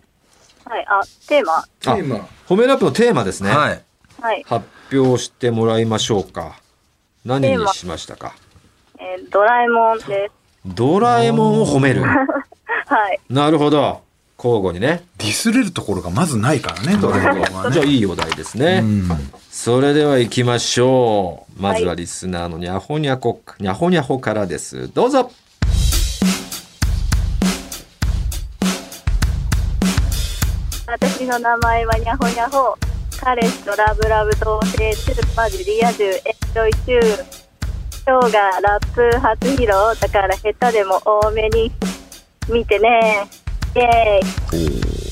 Speaker 4: はい、あ、テーマ、
Speaker 2: あ
Speaker 3: テーマ
Speaker 2: 褒めラップのテーマですね、
Speaker 3: はい。
Speaker 4: はい、
Speaker 2: 発表してもらいましょうか何にしましたか
Speaker 4: えードラえも んです。
Speaker 2: ドラえもんを褒める
Speaker 4: はい、
Speaker 2: なるほど交互にね
Speaker 3: ディスれるところがまずないからね、ドラゴンは
Speaker 2: じゃ
Speaker 3: ね。
Speaker 2: あいいお題ですね、
Speaker 3: うん
Speaker 2: それでは行きましょうまずはリスナーのにゃほにゃこにゃほにゃほからですどうぞ
Speaker 4: 私の名前はニャホニャホ。彼氏とラブラブ同棲中、マジリア充、エンジョイ中。今日がラップ初披露、だから下手でも多めに見てね。イェー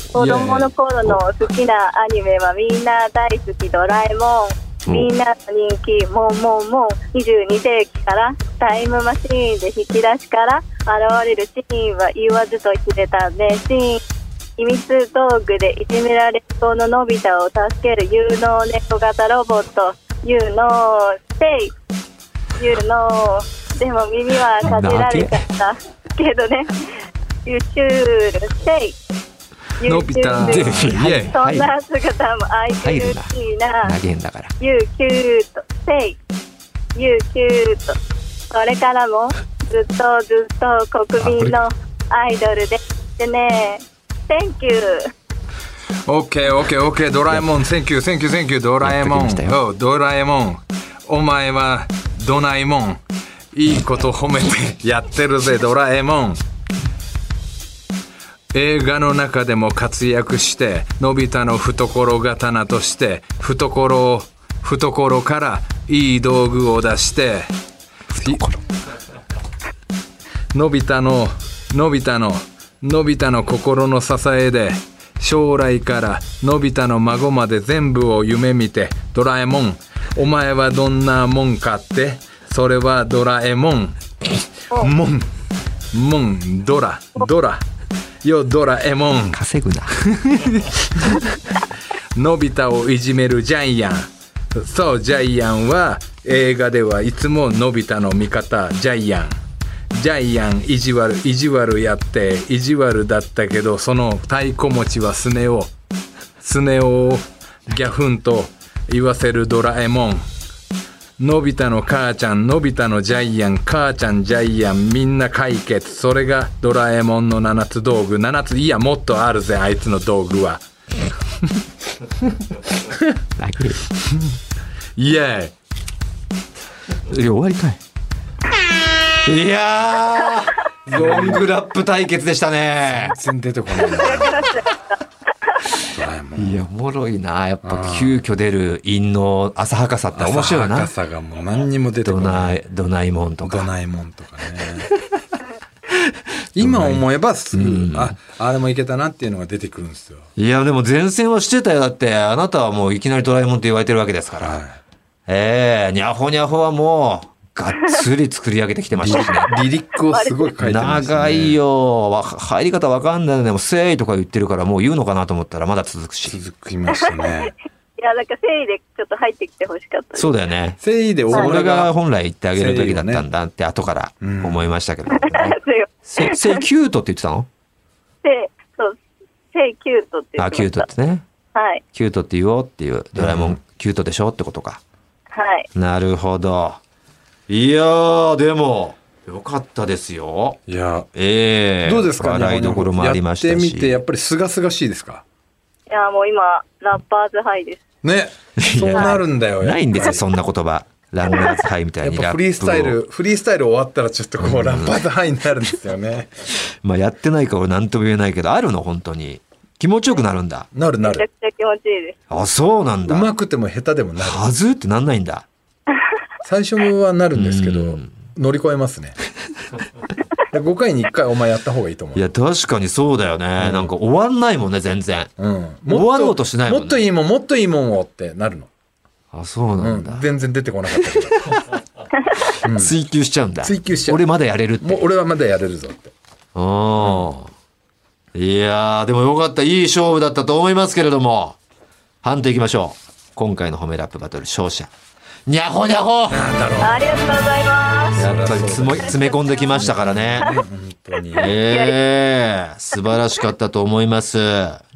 Speaker 4: イ。子供の頃の好きなアニメはみんな大好きドラえも
Speaker 2: うん
Speaker 4: ん。みんなの人気、もんもんもん。22世紀からタイムマシーンで引き出しから現れるシーンは言わずと知れた名シーン。秘密道具でいじめられっ子ののび太を助ける有能猫型ロボット。有能、せい。有能。でも耳はかじられちゃった。けどね。ユチュール、せい。
Speaker 3: のび太
Speaker 4: ユチュール
Speaker 3: イエイ
Speaker 4: そんな姿も愛くるしいな。
Speaker 2: げんだから
Speaker 4: ユーキュート、せい。ユーキュート。これからもずっとずっと国民のアイドルでってね。Thank you!
Speaker 3: オッケーオッケーオッケードラえもんセンキューセンキューセンキュードラえも
Speaker 2: やっときました
Speaker 3: んおうドラえもんお前はドナイモンいいこと褒めて やってるぜドラえもん映画の中でも活躍してのび太の懐刀として懐を懐からいい道具を出してのび太ののび太ののび太の心の支えで将来からのび太の孫まで全部を夢見てドラえもんお前はどんなもんかってそれはドラえもんもんもんドラドラよドラえもん
Speaker 2: 稼ぐな。
Speaker 3: のび太をいじめるジャイアンそうジャイアンは映画ではいつものび太の味方ジャイアンジャイアン意地悪意地悪やって意地悪だったけどその太鼓持ちはスネ夫スネ夫をギャフンと言わせるドラえもんのび太の母ちゃんのび太のジャイアン母ちゃんジャイアンみんな解決それがドラえもんの7つ道具7ついやもっとあるぜあいつの道具は。イエーイ
Speaker 2: いや、終わりかい。いやー、ロングラップ対決でしたね。
Speaker 3: 全然出てこないな。ドラえもん
Speaker 2: いや、おもろいな。やっぱ、急遽出る陰の浅はかさって 面白いよな
Speaker 3: 浅。はかさがもう何にも出てこ
Speaker 2: ド
Speaker 3: な
Speaker 2: ナ
Speaker 3: い。
Speaker 2: イ、ドナイモンと
Speaker 3: ド
Speaker 2: か。
Speaker 3: ナエモンと かね。今思えばすぐ、あ、あれもいけたなっていうのが出てくるんですよ。
Speaker 2: いや、でも前線はしてたよ。だって、あなたはもういきなりドラえもんって言われてるわけですから。
Speaker 3: は
Speaker 2: ええにゃほにゃほはもう、がっつり作り上げてきてましたしね。
Speaker 3: い。リリックをすごい書いてます、ね。
Speaker 2: 長い。よ。わ入り方わかんないのでも、せーいとか言ってるから、もう言うのかなと思ったら、まだ続くし。
Speaker 3: 続きました ね。
Speaker 4: いや、なんか誠意でちょっと入ってきてほしかったです。
Speaker 2: そうだよね。
Speaker 3: 誠意で大
Speaker 2: そ
Speaker 3: 村
Speaker 2: れが
Speaker 3: が、
Speaker 2: 本来言ってあげるべきだったんだって後から思いましたけ ど、ね。
Speaker 4: すいま
Speaker 2: せ、せ、キュートって言ってたの
Speaker 4: せい、そう、せいキュートって言
Speaker 2: あ、
Speaker 4: って
Speaker 2: キュ
Speaker 4: ま
Speaker 2: ー
Speaker 4: し
Speaker 2: ト
Speaker 4: た。
Speaker 2: ってね。
Speaker 4: はい、
Speaker 2: キュートって言おうっていう、ドラえも
Speaker 3: うん
Speaker 2: ん、キュートでしょってことか。
Speaker 4: はい。
Speaker 2: なるほど。いやー、でも、よかったですよ。
Speaker 3: いや、
Speaker 2: ええ
Speaker 3: どうですか
Speaker 2: 笑いどころもありましたし。
Speaker 3: やってみて、やっぱりすがすがしいですか
Speaker 4: いや、もう今、ラッパーズハイです。
Speaker 3: ね。そうなるんだよ。
Speaker 2: ないんですよ、そ
Speaker 3: ん
Speaker 2: んな言葉。ランガーズハイみた
Speaker 3: や
Speaker 2: い
Speaker 3: っ
Speaker 2: に
Speaker 3: ぱ
Speaker 2: ラップ
Speaker 3: フリースタイ
Speaker 2: を
Speaker 3: ル、フリースタイル終わったらちょっとこう、ラッパーズハイになるんですよね。
Speaker 2: まあやってないから俺何とも言えないけど、あるの、本当に。気持ちよ くなるんだ。
Speaker 3: なるな
Speaker 4: めちゃ
Speaker 3: る
Speaker 4: く。ちゃ気持ちいいです。
Speaker 2: あ、そうなん
Speaker 3: う
Speaker 2: だ。
Speaker 3: まくても下手でもなる。
Speaker 2: はずってなんないんだ。
Speaker 3: 最初はなるんですけ
Speaker 2: う
Speaker 3: ど
Speaker 2: ん、
Speaker 3: 乗り越 えますね。5回に1回お前やった方がいいと思。
Speaker 2: いうや、確かにそうだよね。
Speaker 3: うん
Speaker 2: なんか終わんないもんね、全然。
Speaker 3: うん、
Speaker 2: 終わろうとしないもんね
Speaker 3: っといいもんもっといいもんをってなるの、
Speaker 2: あ、そう
Speaker 3: う
Speaker 2: なん
Speaker 3: ん
Speaker 2: だ。、
Speaker 3: 全然出てこなかったけど、うん
Speaker 2: 追求しちゃうんだ。
Speaker 3: 追求しちゃう
Speaker 2: 俺まだやれるって。
Speaker 3: もう俺はまだやれるぞって
Speaker 2: うん。いやー、でもよかった。いい勝負だったと思いますけれども。判定いきましょう。今回の褒めラップバトル勝者。にゃほにゃほ
Speaker 3: なんだろう
Speaker 4: ありがとうございます。
Speaker 2: やっぱり詰め詰め込んできましたからね。
Speaker 3: 本当に
Speaker 2: ええ素晴らしかったと思います。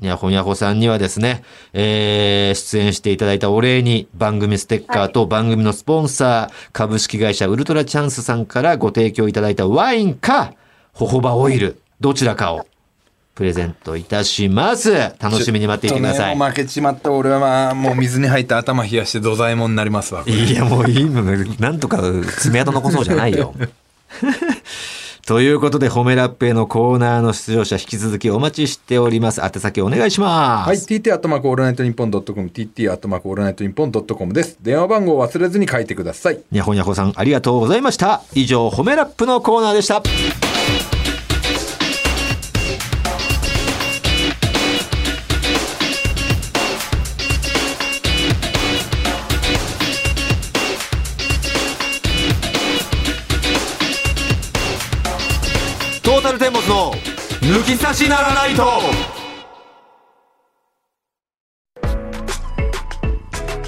Speaker 2: にゃほにゃほさんにはですね、えー出演していただいたお礼に番組ステッカーと番組のスポンサー、株式会社ウルトラチャンスさんからご提供いただいたワインか、ほほばオイル、どちらかをプレゼントいたします。楽しみに待っていてくださ
Speaker 3: ちょっと
Speaker 2: い。
Speaker 3: ねもう負けちまった俺はまあもう水に入って頭冷やして土左衛門になりますわこれ
Speaker 2: いや、もういいのね。なんとか爪痕残そうじゃない よ。ということで、褒めラップへのコーナーの出場者、引き続きお待ちしております。宛先お願いします。
Speaker 3: はい TT アットマークオールナイトニッポンドットコム TT アットマークオールナイトニッポンドットコムです電話番号を忘れずに書いてください
Speaker 2: にゃほにゃほさん、ありがとうございました。以上、褒めラップのコーナーでした。トータルテンボスの抜き差しならないと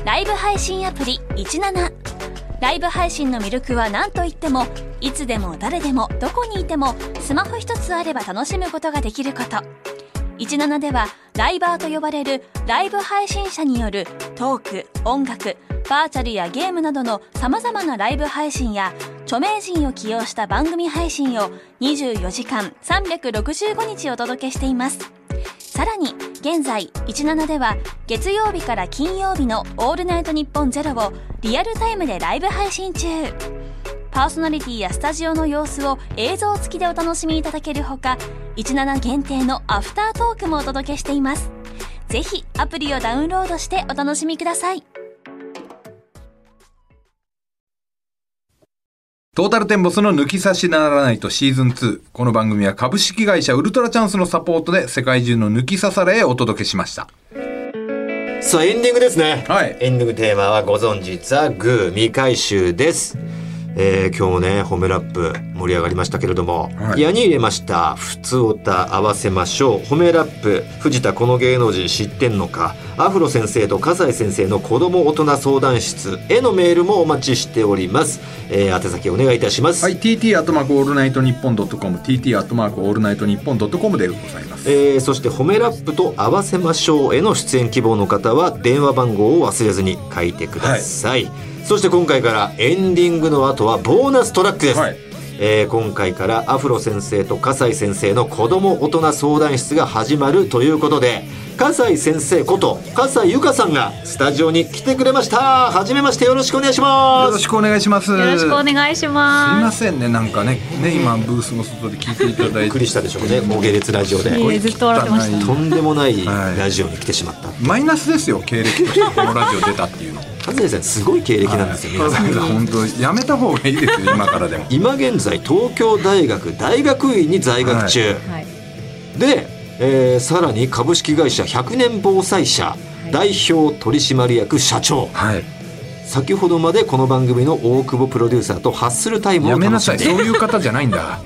Speaker 1: ライブ配信アプリ17ライブ配信の魅力は何といってもいつでも誰でもどこにいてもスマホ一つあれば楽しむことができること17ではライバーと呼ばれるライブ配信者によるトーク音楽バーチャルやゲームなどのさまざまなライブ配信や著名人を起用した番組配信を24時間365日お届けしていますさらに現在17では月曜日から金曜日の「オールナイトニッポンゼロをリアルタイムでライブ配信中パーソナリティやスタジオの様子を映像付きでお楽しみいただけるほか17限定のアフタートークもお届けしていますぜひアプリをダウンロードしてお楽しみください
Speaker 3: トータルテンボスの抜き差しならないとシーズン2。この番組は株式会社ウルトラチャンスのサポートで世界中の抜き差されへお届けしました。
Speaker 2: さあエンディングですね、
Speaker 3: はい
Speaker 2: エンディングテーマはご存知ザ・グー未回収です、えー今日もねホメラップ盛り上がりましたけれども、
Speaker 3: はい
Speaker 2: 矢に入れました「普通歌合わせましょう」ホメラップ藤田この芸能人知ってんのかアフロ先生と笠井先生の子供大人相談室へのメールもお待ちしております、えー、宛先お願いいたします、
Speaker 3: はい、tt アットマークオールナイトニッポンドットコム、tt アットマークオールナイトニッポンドットコムでございます。
Speaker 2: えーそして「褒めラップと合わせましょう」への出演希望の方は電話番号を忘れずに書いてください、そして今回からエンディングの後はボーナストラックです、
Speaker 3: はい
Speaker 2: えー今回からアフロ先生と笠井先生の子供大人相談室が始まるということで笠井先生こと笠井由香さんがスタジオに来てくれましたはじめましてよろしくお願いし
Speaker 3: よ
Speaker 2: ま
Speaker 3: ろ
Speaker 2: す
Speaker 3: しくお願いします。
Speaker 5: よろしくお
Speaker 3: すい
Speaker 5: 願いし
Speaker 3: ま
Speaker 5: ます。
Speaker 3: せんね、なんかね、ね、今ブースの外で聞いていただ
Speaker 2: び
Speaker 3: い
Speaker 2: っく
Speaker 3: て
Speaker 2: り。したでしょうねもう下列ラジオで
Speaker 5: いえずっと笑ってました
Speaker 2: とんでもない
Speaker 3: はい
Speaker 2: ラジオに来てしまった
Speaker 3: マイナスですよ、経歴としてこのラジオ出たっていうの。
Speaker 2: カズレーザーすごい経歴なんですよ、皆さん
Speaker 3: はい本当やめた方がいいですよ、今からでも。
Speaker 2: 今現在東京大学大学院に在学中、
Speaker 5: はい。
Speaker 2: で、えーさらに株式会社100年防災社
Speaker 5: い
Speaker 2: 代表取締役社長
Speaker 3: はい。
Speaker 2: 先ほどまでこの番組の大久保プロデューサーとハッスルタイムを
Speaker 3: やめな
Speaker 2: 楽し
Speaker 3: さ
Speaker 2: ん
Speaker 3: い
Speaker 2: で
Speaker 3: そういう方じゃないんだ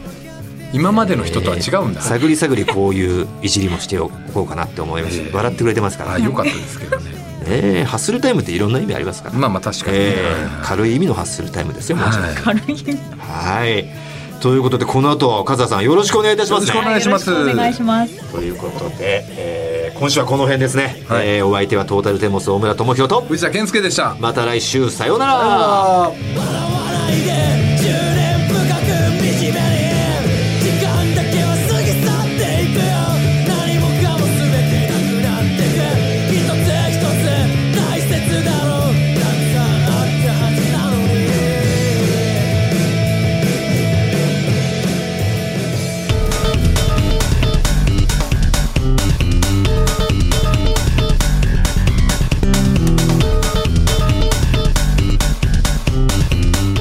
Speaker 3: 今までの人とは違うんだ、
Speaker 2: 探り探りこういういじりもしておこうかなって思います、
Speaker 3: ええ
Speaker 2: 笑ってくれてますから、
Speaker 3: あよかったですけどね
Speaker 2: ねえハッスルタイムっていろんな意味ありますから、
Speaker 3: まあまあ確かに、
Speaker 2: ええ軽い意味のハッスルタイムですよもちろん
Speaker 3: はい
Speaker 5: 軽い。
Speaker 2: はいということでこの後カズさんよろしくお願いいたします、ね、
Speaker 3: よろしくお願いします
Speaker 5: よろくお願いします。
Speaker 2: ということで、えー今週はこの辺ですね、
Speaker 3: はい
Speaker 2: えーお相手はトータルテンボス大村智広と
Speaker 3: 藤田健介でした
Speaker 2: また来週さようなら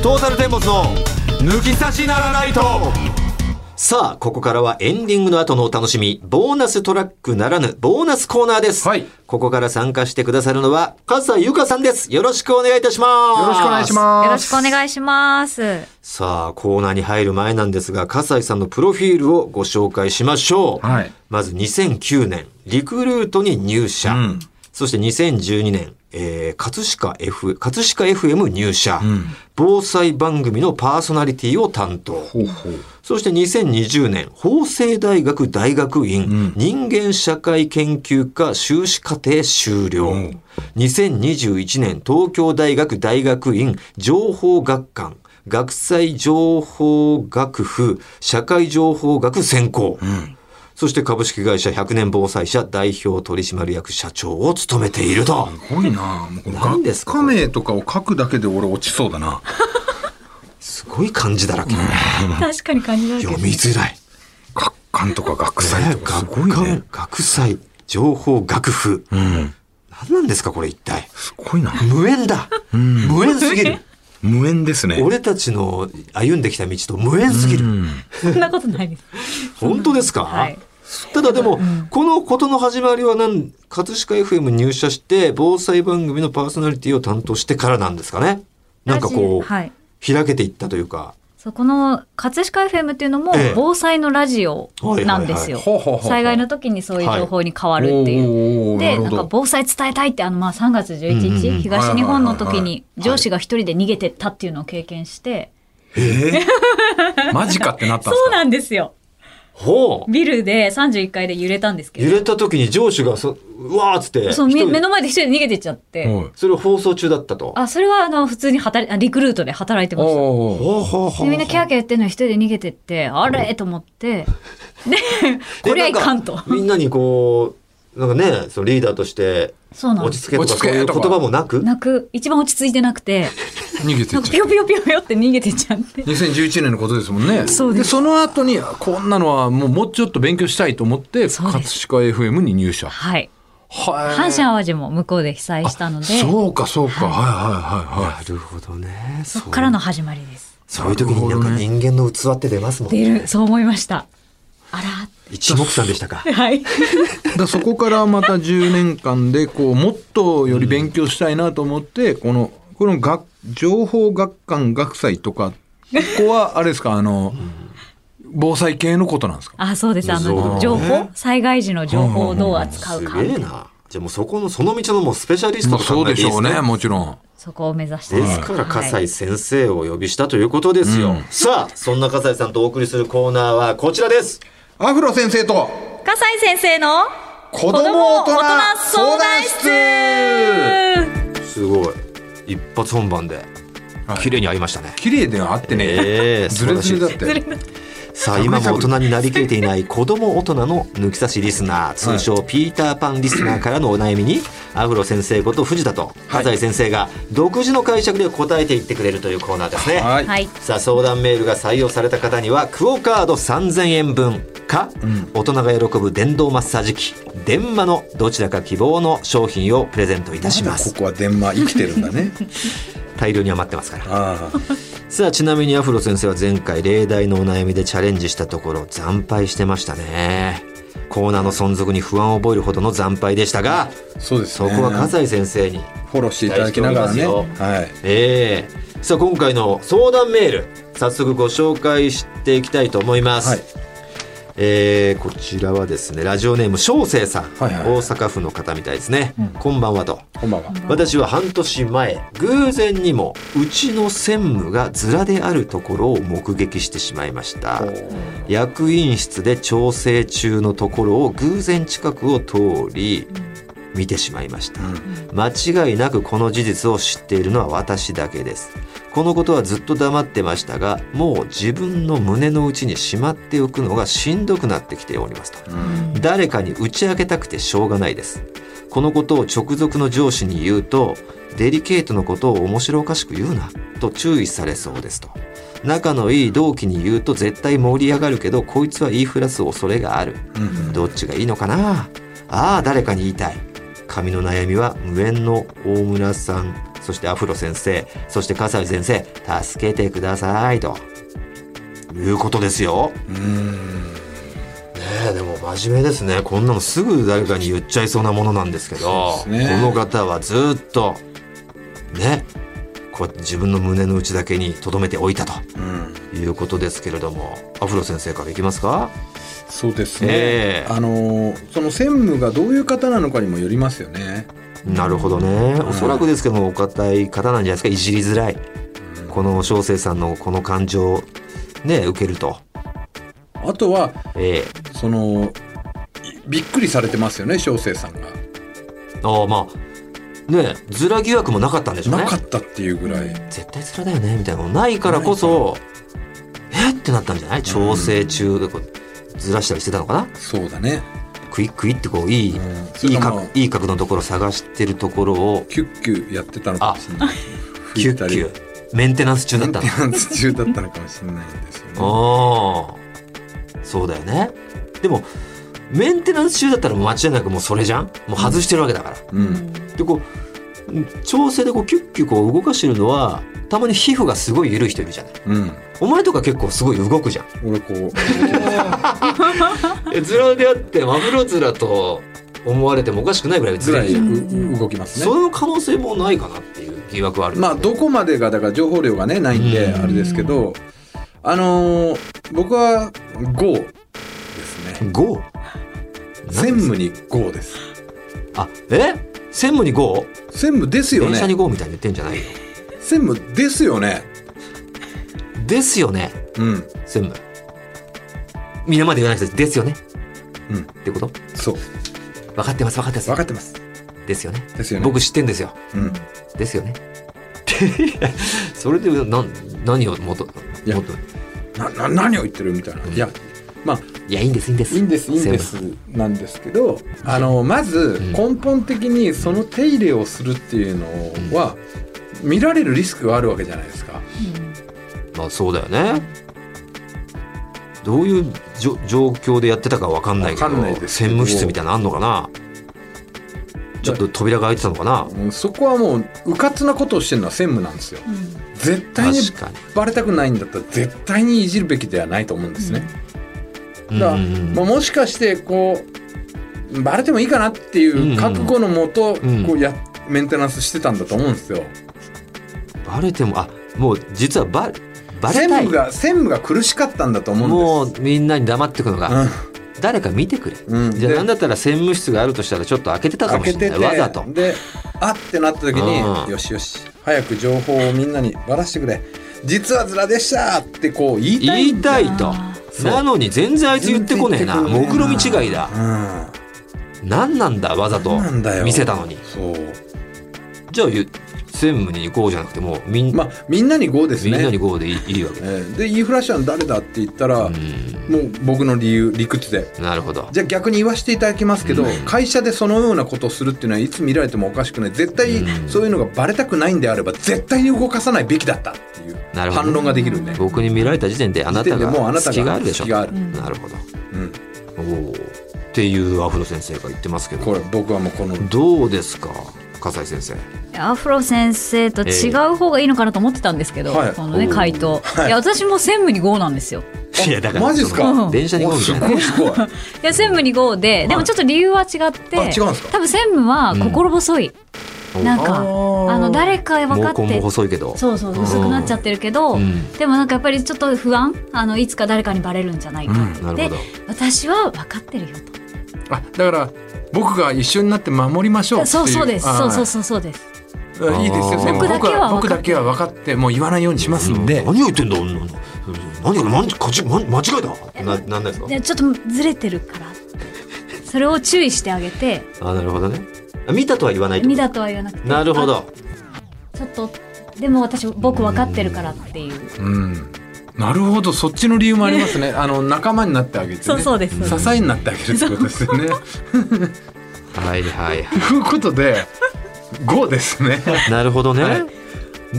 Speaker 2: トータルテンボスの抜き差しならないとさあ、ここからはエンディングの後のお楽しみ、ボーナストラックならぬ、ボーナスコーナーです。
Speaker 3: はい
Speaker 2: ここから参加してくださるのは、笠井由香さんです。よろしくお願いいたします。
Speaker 3: よろしくお願いします
Speaker 5: よろしくお願いします。
Speaker 2: さあ、コーナーに入る前なんですが、笠井さんのプロフィールをご紹介しましょう。
Speaker 3: はい
Speaker 2: まず2009年、リクルートに入社。
Speaker 3: うん
Speaker 2: そして2012年、えー、葛飾 F、葛飾 FM 入社、
Speaker 3: ん
Speaker 2: 防災番組のパーソナリティを担当。
Speaker 3: ほうほう
Speaker 2: そして2020年、法政大学大学院、人間社会研究科修士課程修了。
Speaker 3: うん
Speaker 2: 2021年、東京大学大学院情報学館、学際情報学府、社会情報学専攻。そして株式会社100年防災社代表取締役社長を務めていると。
Speaker 3: すごいなもうこの
Speaker 2: 何です
Speaker 3: 学
Speaker 2: か
Speaker 3: 科名とかを書くだけで俺落ちそうだな
Speaker 2: すごい漢字だらけ。
Speaker 5: 確かに感じられて
Speaker 2: 読
Speaker 5: る。
Speaker 2: みづらい。
Speaker 3: 学館とか学
Speaker 2: ね
Speaker 3: 祭とかすごい
Speaker 2: 学
Speaker 3: ね
Speaker 2: 館、学祭、情報学府。
Speaker 3: うん
Speaker 2: 何なんですかこれ一体。
Speaker 3: すごいな
Speaker 2: 無縁だ。無縁すぎ る。
Speaker 3: 無縁ですね
Speaker 2: 俺たちの歩んできた道と無縁すぎる。
Speaker 5: そんなことないです。
Speaker 2: 本当ですか、
Speaker 5: はい
Speaker 2: ただでも、このことの始まりはなん葛飾 FM 入社して防災番組のパーソナリティを担当してからなんですかねなんかこう、
Speaker 5: はい。
Speaker 2: 開けていったというか。
Speaker 5: そうこの葛飾 FM っていうのも
Speaker 2: ええ
Speaker 5: 防災のラジオなんですよ
Speaker 3: はいはいはいほうほうほうほう。
Speaker 5: 災害の時にそういう情報に変わるっていう。
Speaker 3: おーおーおーな
Speaker 5: で、
Speaker 3: る
Speaker 5: な
Speaker 3: ほ
Speaker 5: んか
Speaker 3: ど
Speaker 5: 防災伝えたいってあのまあ3月
Speaker 2: うん
Speaker 5: 11
Speaker 2: うんう
Speaker 5: 日
Speaker 2: ん
Speaker 5: 東日本の
Speaker 3: は
Speaker 5: 時
Speaker 3: いはいはい
Speaker 5: に上司が一人で逃げてったっていうのを経験して、
Speaker 3: えーマジかってなったんです
Speaker 5: そう
Speaker 3: か
Speaker 5: なんですよ。
Speaker 2: ほう
Speaker 5: ビルで31階で揺れたんですけ
Speaker 2: 揺
Speaker 5: ど、
Speaker 2: れた時に上司がそ、うわーっつって、
Speaker 5: そう
Speaker 2: 一
Speaker 5: み
Speaker 2: 人
Speaker 5: 目の前で一人で逃げてっちゃって、
Speaker 3: はい
Speaker 2: それを放送中だったと。
Speaker 5: あ、それはあの、普通に働いあリクルートで働いてました。
Speaker 3: おー
Speaker 2: ほうほうほう
Speaker 5: でみんなキャーキャー言ってんのに一人で逃げてって、あれと思って、で、こりゃいかんと
Speaker 2: な。かみんなにこう、なんかね、そのリーダーとして、
Speaker 5: そうなん
Speaker 2: 落
Speaker 5: で
Speaker 2: ち
Speaker 5: す。
Speaker 2: 着けとか
Speaker 3: 落ち着
Speaker 2: そう
Speaker 3: け
Speaker 2: いう
Speaker 3: と
Speaker 2: 言
Speaker 3: か
Speaker 2: 葉もなく
Speaker 5: なく、一番落ち着いてなくて、
Speaker 3: 逃げて
Speaker 5: な
Speaker 3: っ
Speaker 5: んか
Speaker 3: ち
Speaker 5: ピ
Speaker 3: ゃ
Speaker 5: ヨ
Speaker 3: っ
Speaker 5: ピヨピヨピヨって逃げてっちゃっ て。
Speaker 3: た2011年のことですもんね
Speaker 5: そうです
Speaker 3: その後にこんなのはもうもうちょっと勉強したいと思って
Speaker 5: そう
Speaker 3: 葛飾
Speaker 5: です
Speaker 3: FM に入社
Speaker 5: はい。
Speaker 3: はい
Speaker 5: 阪神淡路も向こうで被災したので、
Speaker 3: そうかそうかはいはいはいはい
Speaker 2: なるほどね。
Speaker 5: そ
Speaker 2: そ
Speaker 5: っからの始まりです。
Speaker 2: そういう時になんか人間の器って出ますもん
Speaker 5: 出るそう思いましたあら
Speaker 2: 一目散でしたか
Speaker 5: はい
Speaker 3: だそこからまた10年間でこうもっとより勉強したいなと思って、このこの学情報学館学祭とかここはあれですかあの、防災系のことなんですか
Speaker 5: あそうですあの情報災害時の情報をどう 扱う
Speaker 2: す
Speaker 5: か
Speaker 2: げえなじゃあもうそこのその道のもうスペシャリス
Speaker 3: ま
Speaker 2: ト
Speaker 3: あ
Speaker 2: と
Speaker 3: そう
Speaker 2: 考え
Speaker 3: で
Speaker 2: て
Speaker 3: し
Speaker 2: いい
Speaker 3: ょう
Speaker 2: すね
Speaker 3: ねもちろん
Speaker 5: そこを目指して
Speaker 2: ですから笠
Speaker 5: は
Speaker 2: 井
Speaker 5: い
Speaker 2: 先生をお呼びしたということですよ、さあそんな笠井さんとお送りするコーナーはこちらです
Speaker 3: アフロ先生と
Speaker 5: 笠井先生の
Speaker 3: 子
Speaker 5: 子供
Speaker 3: 供大人
Speaker 5: 大人相
Speaker 3: 相
Speaker 5: 談
Speaker 3: 談室
Speaker 5: 室
Speaker 2: すごい一発本番で
Speaker 3: はい
Speaker 2: 綺麗に合いましたね、
Speaker 3: 綺麗ではあってね、
Speaker 2: ええ
Speaker 3: ズレズレだっ
Speaker 2: 素晴らしい
Speaker 3: て
Speaker 2: さあ今も大人になりきれていない子供大人の抜き差しリスナー通称ピーターパンリスナーからのお悩みにアフロ先生こと藤田と笠井先生が独自の解釈で答えていってくれるというコーナーですね、
Speaker 3: はい、
Speaker 5: はい
Speaker 2: さあ相談メールが採用された方にはクオカード3000円分か、大人が喜ぶ電動マッサージ機電マのどちらか希望の商品をプレゼントいたしま
Speaker 3: こ
Speaker 2: す
Speaker 3: こは電話生きてるんだ ね
Speaker 2: 大量に余ってますから
Speaker 3: ああ
Speaker 2: さあちなみにアフロ先生は前回例題のお悩みでチャレンジしたところ惨敗してましたねコーナーの存続に不安を覚えるほどの惨敗でしたが
Speaker 3: そうです
Speaker 2: そ
Speaker 3: ね
Speaker 2: こは笠井先生に
Speaker 3: フォローしていただきながらね
Speaker 2: 期待しており
Speaker 3: はい
Speaker 2: ええさあ今回の相談メール早速ご紹介していきたいと思います、
Speaker 3: はい
Speaker 2: えーこちらはですねラジオネーム小生さん、
Speaker 3: はいはい
Speaker 2: 大阪府の方みたいですね、こんばんはと
Speaker 3: こんばんは
Speaker 2: 私は半年前偶然にもうちの専務がズラであるところを目撃してしまいました役員室で調整中のところを偶然近くを通り見てしまいました、間違いなくこの事実を知っているのは私だけですこのことはずっと黙ってましたがもう自分の胸の内にしまっておくのがしんどくなってきておりますと誰かに打ち明けたくてしょうがないですこのことを直属の上司に言うとデリケートのことを面白おかしく言うなと注意されそうですと仲のいい同期に言うと絶対盛り上がるけどこいつは言いふらす恐れがあるどっちがいいのかなああ誰かに言いたい髪の悩みは無縁の大村さんそしてアフロ先生そして笠井先生助けてくださいということですよねえでも真面目ですねこんなのすぐ誰かに言っちゃいそうなものなんですけど
Speaker 3: そうですね
Speaker 2: この方はずっとねこう自分の胸の内だけに留めておいたと
Speaker 3: うん
Speaker 2: いうことですけれどもアフロ先生からいきますか
Speaker 3: そうですね、
Speaker 2: ええ
Speaker 3: あのその専務がどういう方なのかにもよりますよね
Speaker 2: なるほどねおそらくですけどもお堅い方なんじゃないですかいじりづらいこの小生さんのこの感情をね受けると
Speaker 3: あとは
Speaker 2: ええ
Speaker 3: そのいびっくりされてますよね小生さんが
Speaker 2: ああまあねえずら疑惑もなかったんでしょうね
Speaker 3: なかったっていうぐらい、
Speaker 2: 絶対面だよねみたいなのないからこそえってなったんじゃない調整中でこうずらしたりしてたのかな
Speaker 3: そうだね
Speaker 2: クイックイってこういい、
Speaker 3: んそ
Speaker 2: い
Speaker 3: れ
Speaker 2: い
Speaker 3: かも
Speaker 2: 角いい角のところ探してるところを
Speaker 3: キュッキュやってたのかもしれない
Speaker 2: キュッキュッメンテナンス中だ
Speaker 3: メ
Speaker 2: っ
Speaker 3: ン
Speaker 2: た
Speaker 3: テ
Speaker 2: の
Speaker 3: ナンス中だったのかもしれないんですよね
Speaker 2: ああそうだよねでもメンテナンス中だったらもう間違いなくもうそれじゃんもう外してるわけだから、
Speaker 3: うん、
Speaker 2: でこう調整でこうキュッキュこう動かしてるのはたまに皮膚がすごい緩い人いるじゃない
Speaker 3: うん、
Speaker 2: お前とか結構すごい動くじゃん
Speaker 3: 俺こう
Speaker 2: えズラであってマグロズラと思われてもおかしくないぐらい
Speaker 3: ぐ
Speaker 2: ズラ
Speaker 3: らい
Speaker 2: じゃん、
Speaker 3: う動きますね
Speaker 2: その可能性もないかなっていう疑惑はある
Speaker 3: まあどこまでがだから情報量がねないんで
Speaker 2: うん
Speaker 3: あれですけどあのー僕は5ですね
Speaker 2: 5?
Speaker 3: 専務に5です
Speaker 2: あえ専務に 5?
Speaker 3: 専務ですよ
Speaker 2: 電
Speaker 3: ね
Speaker 2: 車に 5? みたいに言ってんじゃないよ
Speaker 3: 専務ですよね
Speaker 2: ですよね
Speaker 3: うん
Speaker 2: 専務皆まで言わないですですよね
Speaker 3: うん
Speaker 2: ってこと
Speaker 3: そう
Speaker 2: 分かってます分かってます
Speaker 3: 分かってます
Speaker 2: ですよね
Speaker 3: ですよね
Speaker 2: 僕知ってんですよ
Speaker 3: うん
Speaker 2: ですよね それでなん何をもっとも
Speaker 3: いや
Speaker 2: っと
Speaker 3: なな何を言ってるみたいないやまあ
Speaker 2: いやいいんですいいんです
Speaker 3: いいんですいいんで
Speaker 2: 専
Speaker 3: すなんですけどあのまず
Speaker 2: ん
Speaker 3: 根本的にその手入れをするっていうのは見られるリスクがあるわけじゃないですか
Speaker 2: 務まあそうだよねどういうじょ状況でやってたかわかんないけど
Speaker 3: わかんないですけ
Speaker 2: 専
Speaker 3: ど
Speaker 2: 務室みたいなのあんのかなちょっと扉が開いてたのかな
Speaker 3: うんそこはもううかつなことをしてるのは専務なんですよ
Speaker 5: うん
Speaker 3: ず絶対に
Speaker 2: 確かに
Speaker 3: バレたくないんだったら絶対にいじるべきではないと思うんですね。だから、
Speaker 2: うん
Speaker 3: まあ、もしかしてこうバレてもいいかなっていう覚悟のもと、
Speaker 2: ん
Speaker 3: こうやメンテナンスしてたんだと思うんですよ。
Speaker 2: バレてもあもう実はババレ
Speaker 3: 専
Speaker 2: たい
Speaker 3: 務が専務が苦しかったんだと思
Speaker 2: も
Speaker 3: うん
Speaker 2: う
Speaker 3: です。
Speaker 2: みんなに黙ってくのが、誰か見てくれ、
Speaker 3: うん
Speaker 2: じゃあ
Speaker 3: で
Speaker 2: なんだったら専務室があるとしたらちょっと開けてたか
Speaker 3: 開
Speaker 2: も
Speaker 3: け
Speaker 2: しれ
Speaker 3: て
Speaker 2: な
Speaker 3: て
Speaker 2: いわざと
Speaker 3: であってなった時に、
Speaker 2: うん
Speaker 3: よしよし早く情報をみんなにばらしてくれ実はズラでしたってこう言いたい
Speaker 2: 言いたいと
Speaker 3: そう
Speaker 2: なのに全然あいつ言ってこねえな
Speaker 3: 全然言って
Speaker 2: 目
Speaker 3: こねえな
Speaker 2: 論見違いだ
Speaker 3: うん
Speaker 2: 何なんだわざと
Speaker 3: なんだよ
Speaker 2: 見せたのに
Speaker 3: そう
Speaker 2: じゃあゆ専務に行こうじゃなくてもうみん,、
Speaker 3: まあみんなに GO です
Speaker 2: みん
Speaker 3: ね
Speaker 2: なに GO でいいいいわけ
Speaker 3: えーでインフラ社の誰だって言ったら、
Speaker 2: う
Speaker 3: もう僕の理由理屈で
Speaker 2: んなるほど
Speaker 3: じゃあ逆に言わせていただきますけど、会社でそのようなことをするっていうのはいつ見られてもおかしくない絶対そういうのがバレたくないんであれば絶対に動かさないべきだったっていう
Speaker 2: なるほど
Speaker 3: 反論ができるんで、
Speaker 2: 僕に見られた時点であなた
Speaker 3: 時点でもうあ
Speaker 2: が
Speaker 3: なたが
Speaker 2: 隙があるでしょ
Speaker 3: 隙がある
Speaker 2: なるほど
Speaker 3: うん、
Speaker 2: おおっていうアフロ先生が言ってますけ
Speaker 3: こ
Speaker 2: ど
Speaker 3: れ僕はもうこ の
Speaker 2: どうですか笠井先生
Speaker 5: アフロ先生と違う方がいいのかなと思ってたんですけど、
Speaker 3: はい
Speaker 5: このね
Speaker 2: おー
Speaker 5: 回答、い、や私も専務に GO なんですよ
Speaker 2: いやだ
Speaker 3: マジっすか
Speaker 2: その電車に行こうみ
Speaker 3: す
Speaker 2: たいな
Speaker 3: ごいすごい
Speaker 5: いや専務に GO ででもちょっと理由は違って、
Speaker 3: あ違うんですか
Speaker 5: 多分専務は心細い、
Speaker 2: うん
Speaker 5: なんか
Speaker 3: あ
Speaker 5: あ
Speaker 3: ー
Speaker 5: の誰か分かっ
Speaker 2: 毛根
Speaker 5: て
Speaker 2: も細いけど
Speaker 5: そうそう薄くなっちゃってるけど、
Speaker 2: うん
Speaker 5: でもなんかやっぱりちょっと不安あのいつか誰かにバレるんじゃないかって言
Speaker 2: な
Speaker 5: っ
Speaker 2: る
Speaker 5: て、
Speaker 2: ほど
Speaker 5: 私は分かってるよと
Speaker 3: あだから僕が一緒になって守りましょうっていう
Speaker 5: そうそうです
Speaker 3: あ
Speaker 5: そうそうそうそうです
Speaker 3: あいいですよ専務
Speaker 5: 僕だけは
Speaker 3: 僕だけは分かってもう言わないようにしますんで、
Speaker 2: 何を言ってんだ女の何が何かち間違いだななんないですか
Speaker 5: でちょっとずれてるからそれを注意してあげて
Speaker 2: あなるほどねあ見たとは言わないってこ
Speaker 5: 見
Speaker 2: と
Speaker 5: だとは言わなくて
Speaker 2: なるほど
Speaker 5: あちょっとでも私僕分かってるからっていう
Speaker 3: うんなるほどそっちの理由もあり ますねあの仲間になってあげて、ね、
Speaker 5: そうそうです
Speaker 3: 支えになってあげるってことですよね。
Speaker 2: はいはいは
Speaker 3: ということで5です ね。
Speaker 2: い なるほどね、
Speaker 3: はい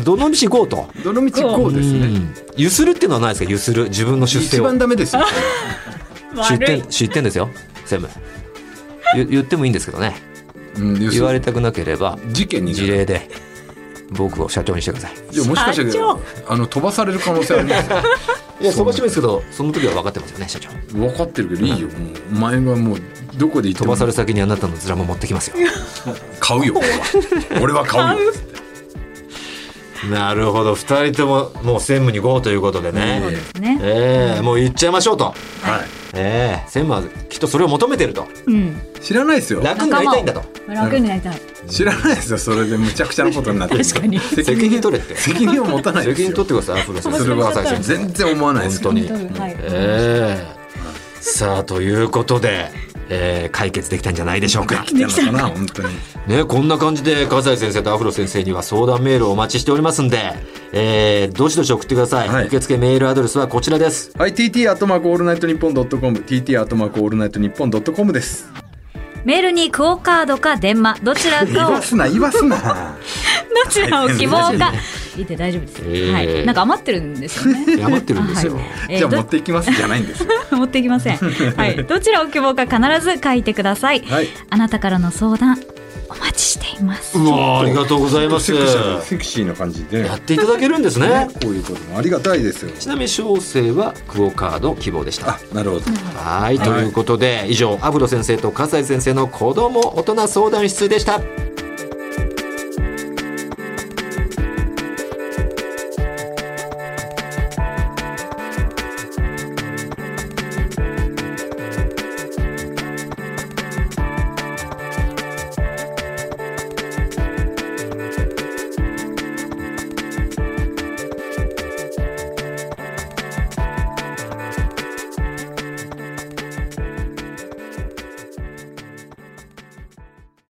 Speaker 2: どの道行こうと
Speaker 3: どの道5ですね。
Speaker 2: うんゆするっていうのはないですかゆする自分の出
Speaker 3: 一
Speaker 2: 世を
Speaker 3: 番ダメですよ。
Speaker 2: 出店出店ですよ専務ゆ言ってもいいんですけどね
Speaker 3: うん
Speaker 2: 言わ
Speaker 3: れ
Speaker 2: れたくなければ
Speaker 3: 事件にな
Speaker 2: 事
Speaker 3: る
Speaker 2: 例で僕を社長にしてください
Speaker 3: いやもしかして
Speaker 5: 社長
Speaker 3: あの飛ばされる可能性あ りますよ。
Speaker 2: いやそばしですけどその時は分かってますよね社長
Speaker 3: 分かってるけどいいよ。もうお前がもうどこで行って
Speaker 2: 飛
Speaker 3: も
Speaker 2: ばされる先にあなたのズラも持ってきますよ
Speaker 3: 買うよ。俺は買うよ。
Speaker 2: なるほど2人とももう専務に GO ということでね
Speaker 3: え
Speaker 5: ね、
Speaker 2: ええもう言っちゃいましょうと
Speaker 3: はい。
Speaker 2: ええ専務はきっとそれを求めてると
Speaker 5: うん
Speaker 3: 知らないですよ。
Speaker 2: 楽になりたいんだと
Speaker 5: 楽になりたい
Speaker 3: 知らないですよ。それでむちゃくちゃなことになってる。
Speaker 5: 確かに
Speaker 2: 責任取れって
Speaker 3: 責任を持たないです
Speaker 2: 責
Speaker 3: よ。
Speaker 2: 任取ってくださいアフロ先生
Speaker 3: それは
Speaker 2: 笠井先生
Speaker 3: 全然思わないです
Speaker 2: 本
Speaker 3: よ
Speaker 2: 当に
Speaker 5: 本当にはい
Speaker 2: ええさあということで、ええ解決できたんじゃないでしょうか
Speaker 3: 来てんのかな本当に
Speaker 2: ね、こんな感じで、笠井先生とアフロ先生には相談メールをお待ちしておりますんで、えー、どしどし送ってください。
Speaker 3: はい
Speaker 2: 受付メールアドレスはこちらです。
Speaker 3: はい TT アットマークオールナイトニッポンドットコム TT アットマークオールナイトニッポンドットコムです
Speaker 5: メールにクオカードか電話 どちら
Speaker 3: 言
Speaker 5: かを
Speaker 3: わすな言わすな
Speaker 5: どちらを希望か。 いて大丈夫です。
Speaker 2: ええ
Speaker 5: はい。なんか余ってるんですよ ね。
Speaker 2: 余ってるんですよ
Speaker 5: あはいえ
Speaker 3: じゃ
Speaker 5: ー
Speaker 3: あ持
Speaker 5: ど
Speaker 3: っていきますじゃないんですよ
Speaker 5: 持ってきません。はい。どちらを希望か必ず書いてください。
Speaker 3: はい
Speaker 5: あなたからの相談お待ちしています。
Speaker 2: うわーありがとうございます。
Speaker 3: セクシー
Speaker 2: や
Speaker 3: セクシーな感じでね
Speaker 2: っていただけるんですね。
Speaker 3: こういうこともありがたいですよ
Speaker 2: ちなみに小生はクオカード希望でした
Speaker 3: あ。なるほど
Speaker 2: はい、ということで、以上、アフロ先生と笠井先生の子供大人相談室でした。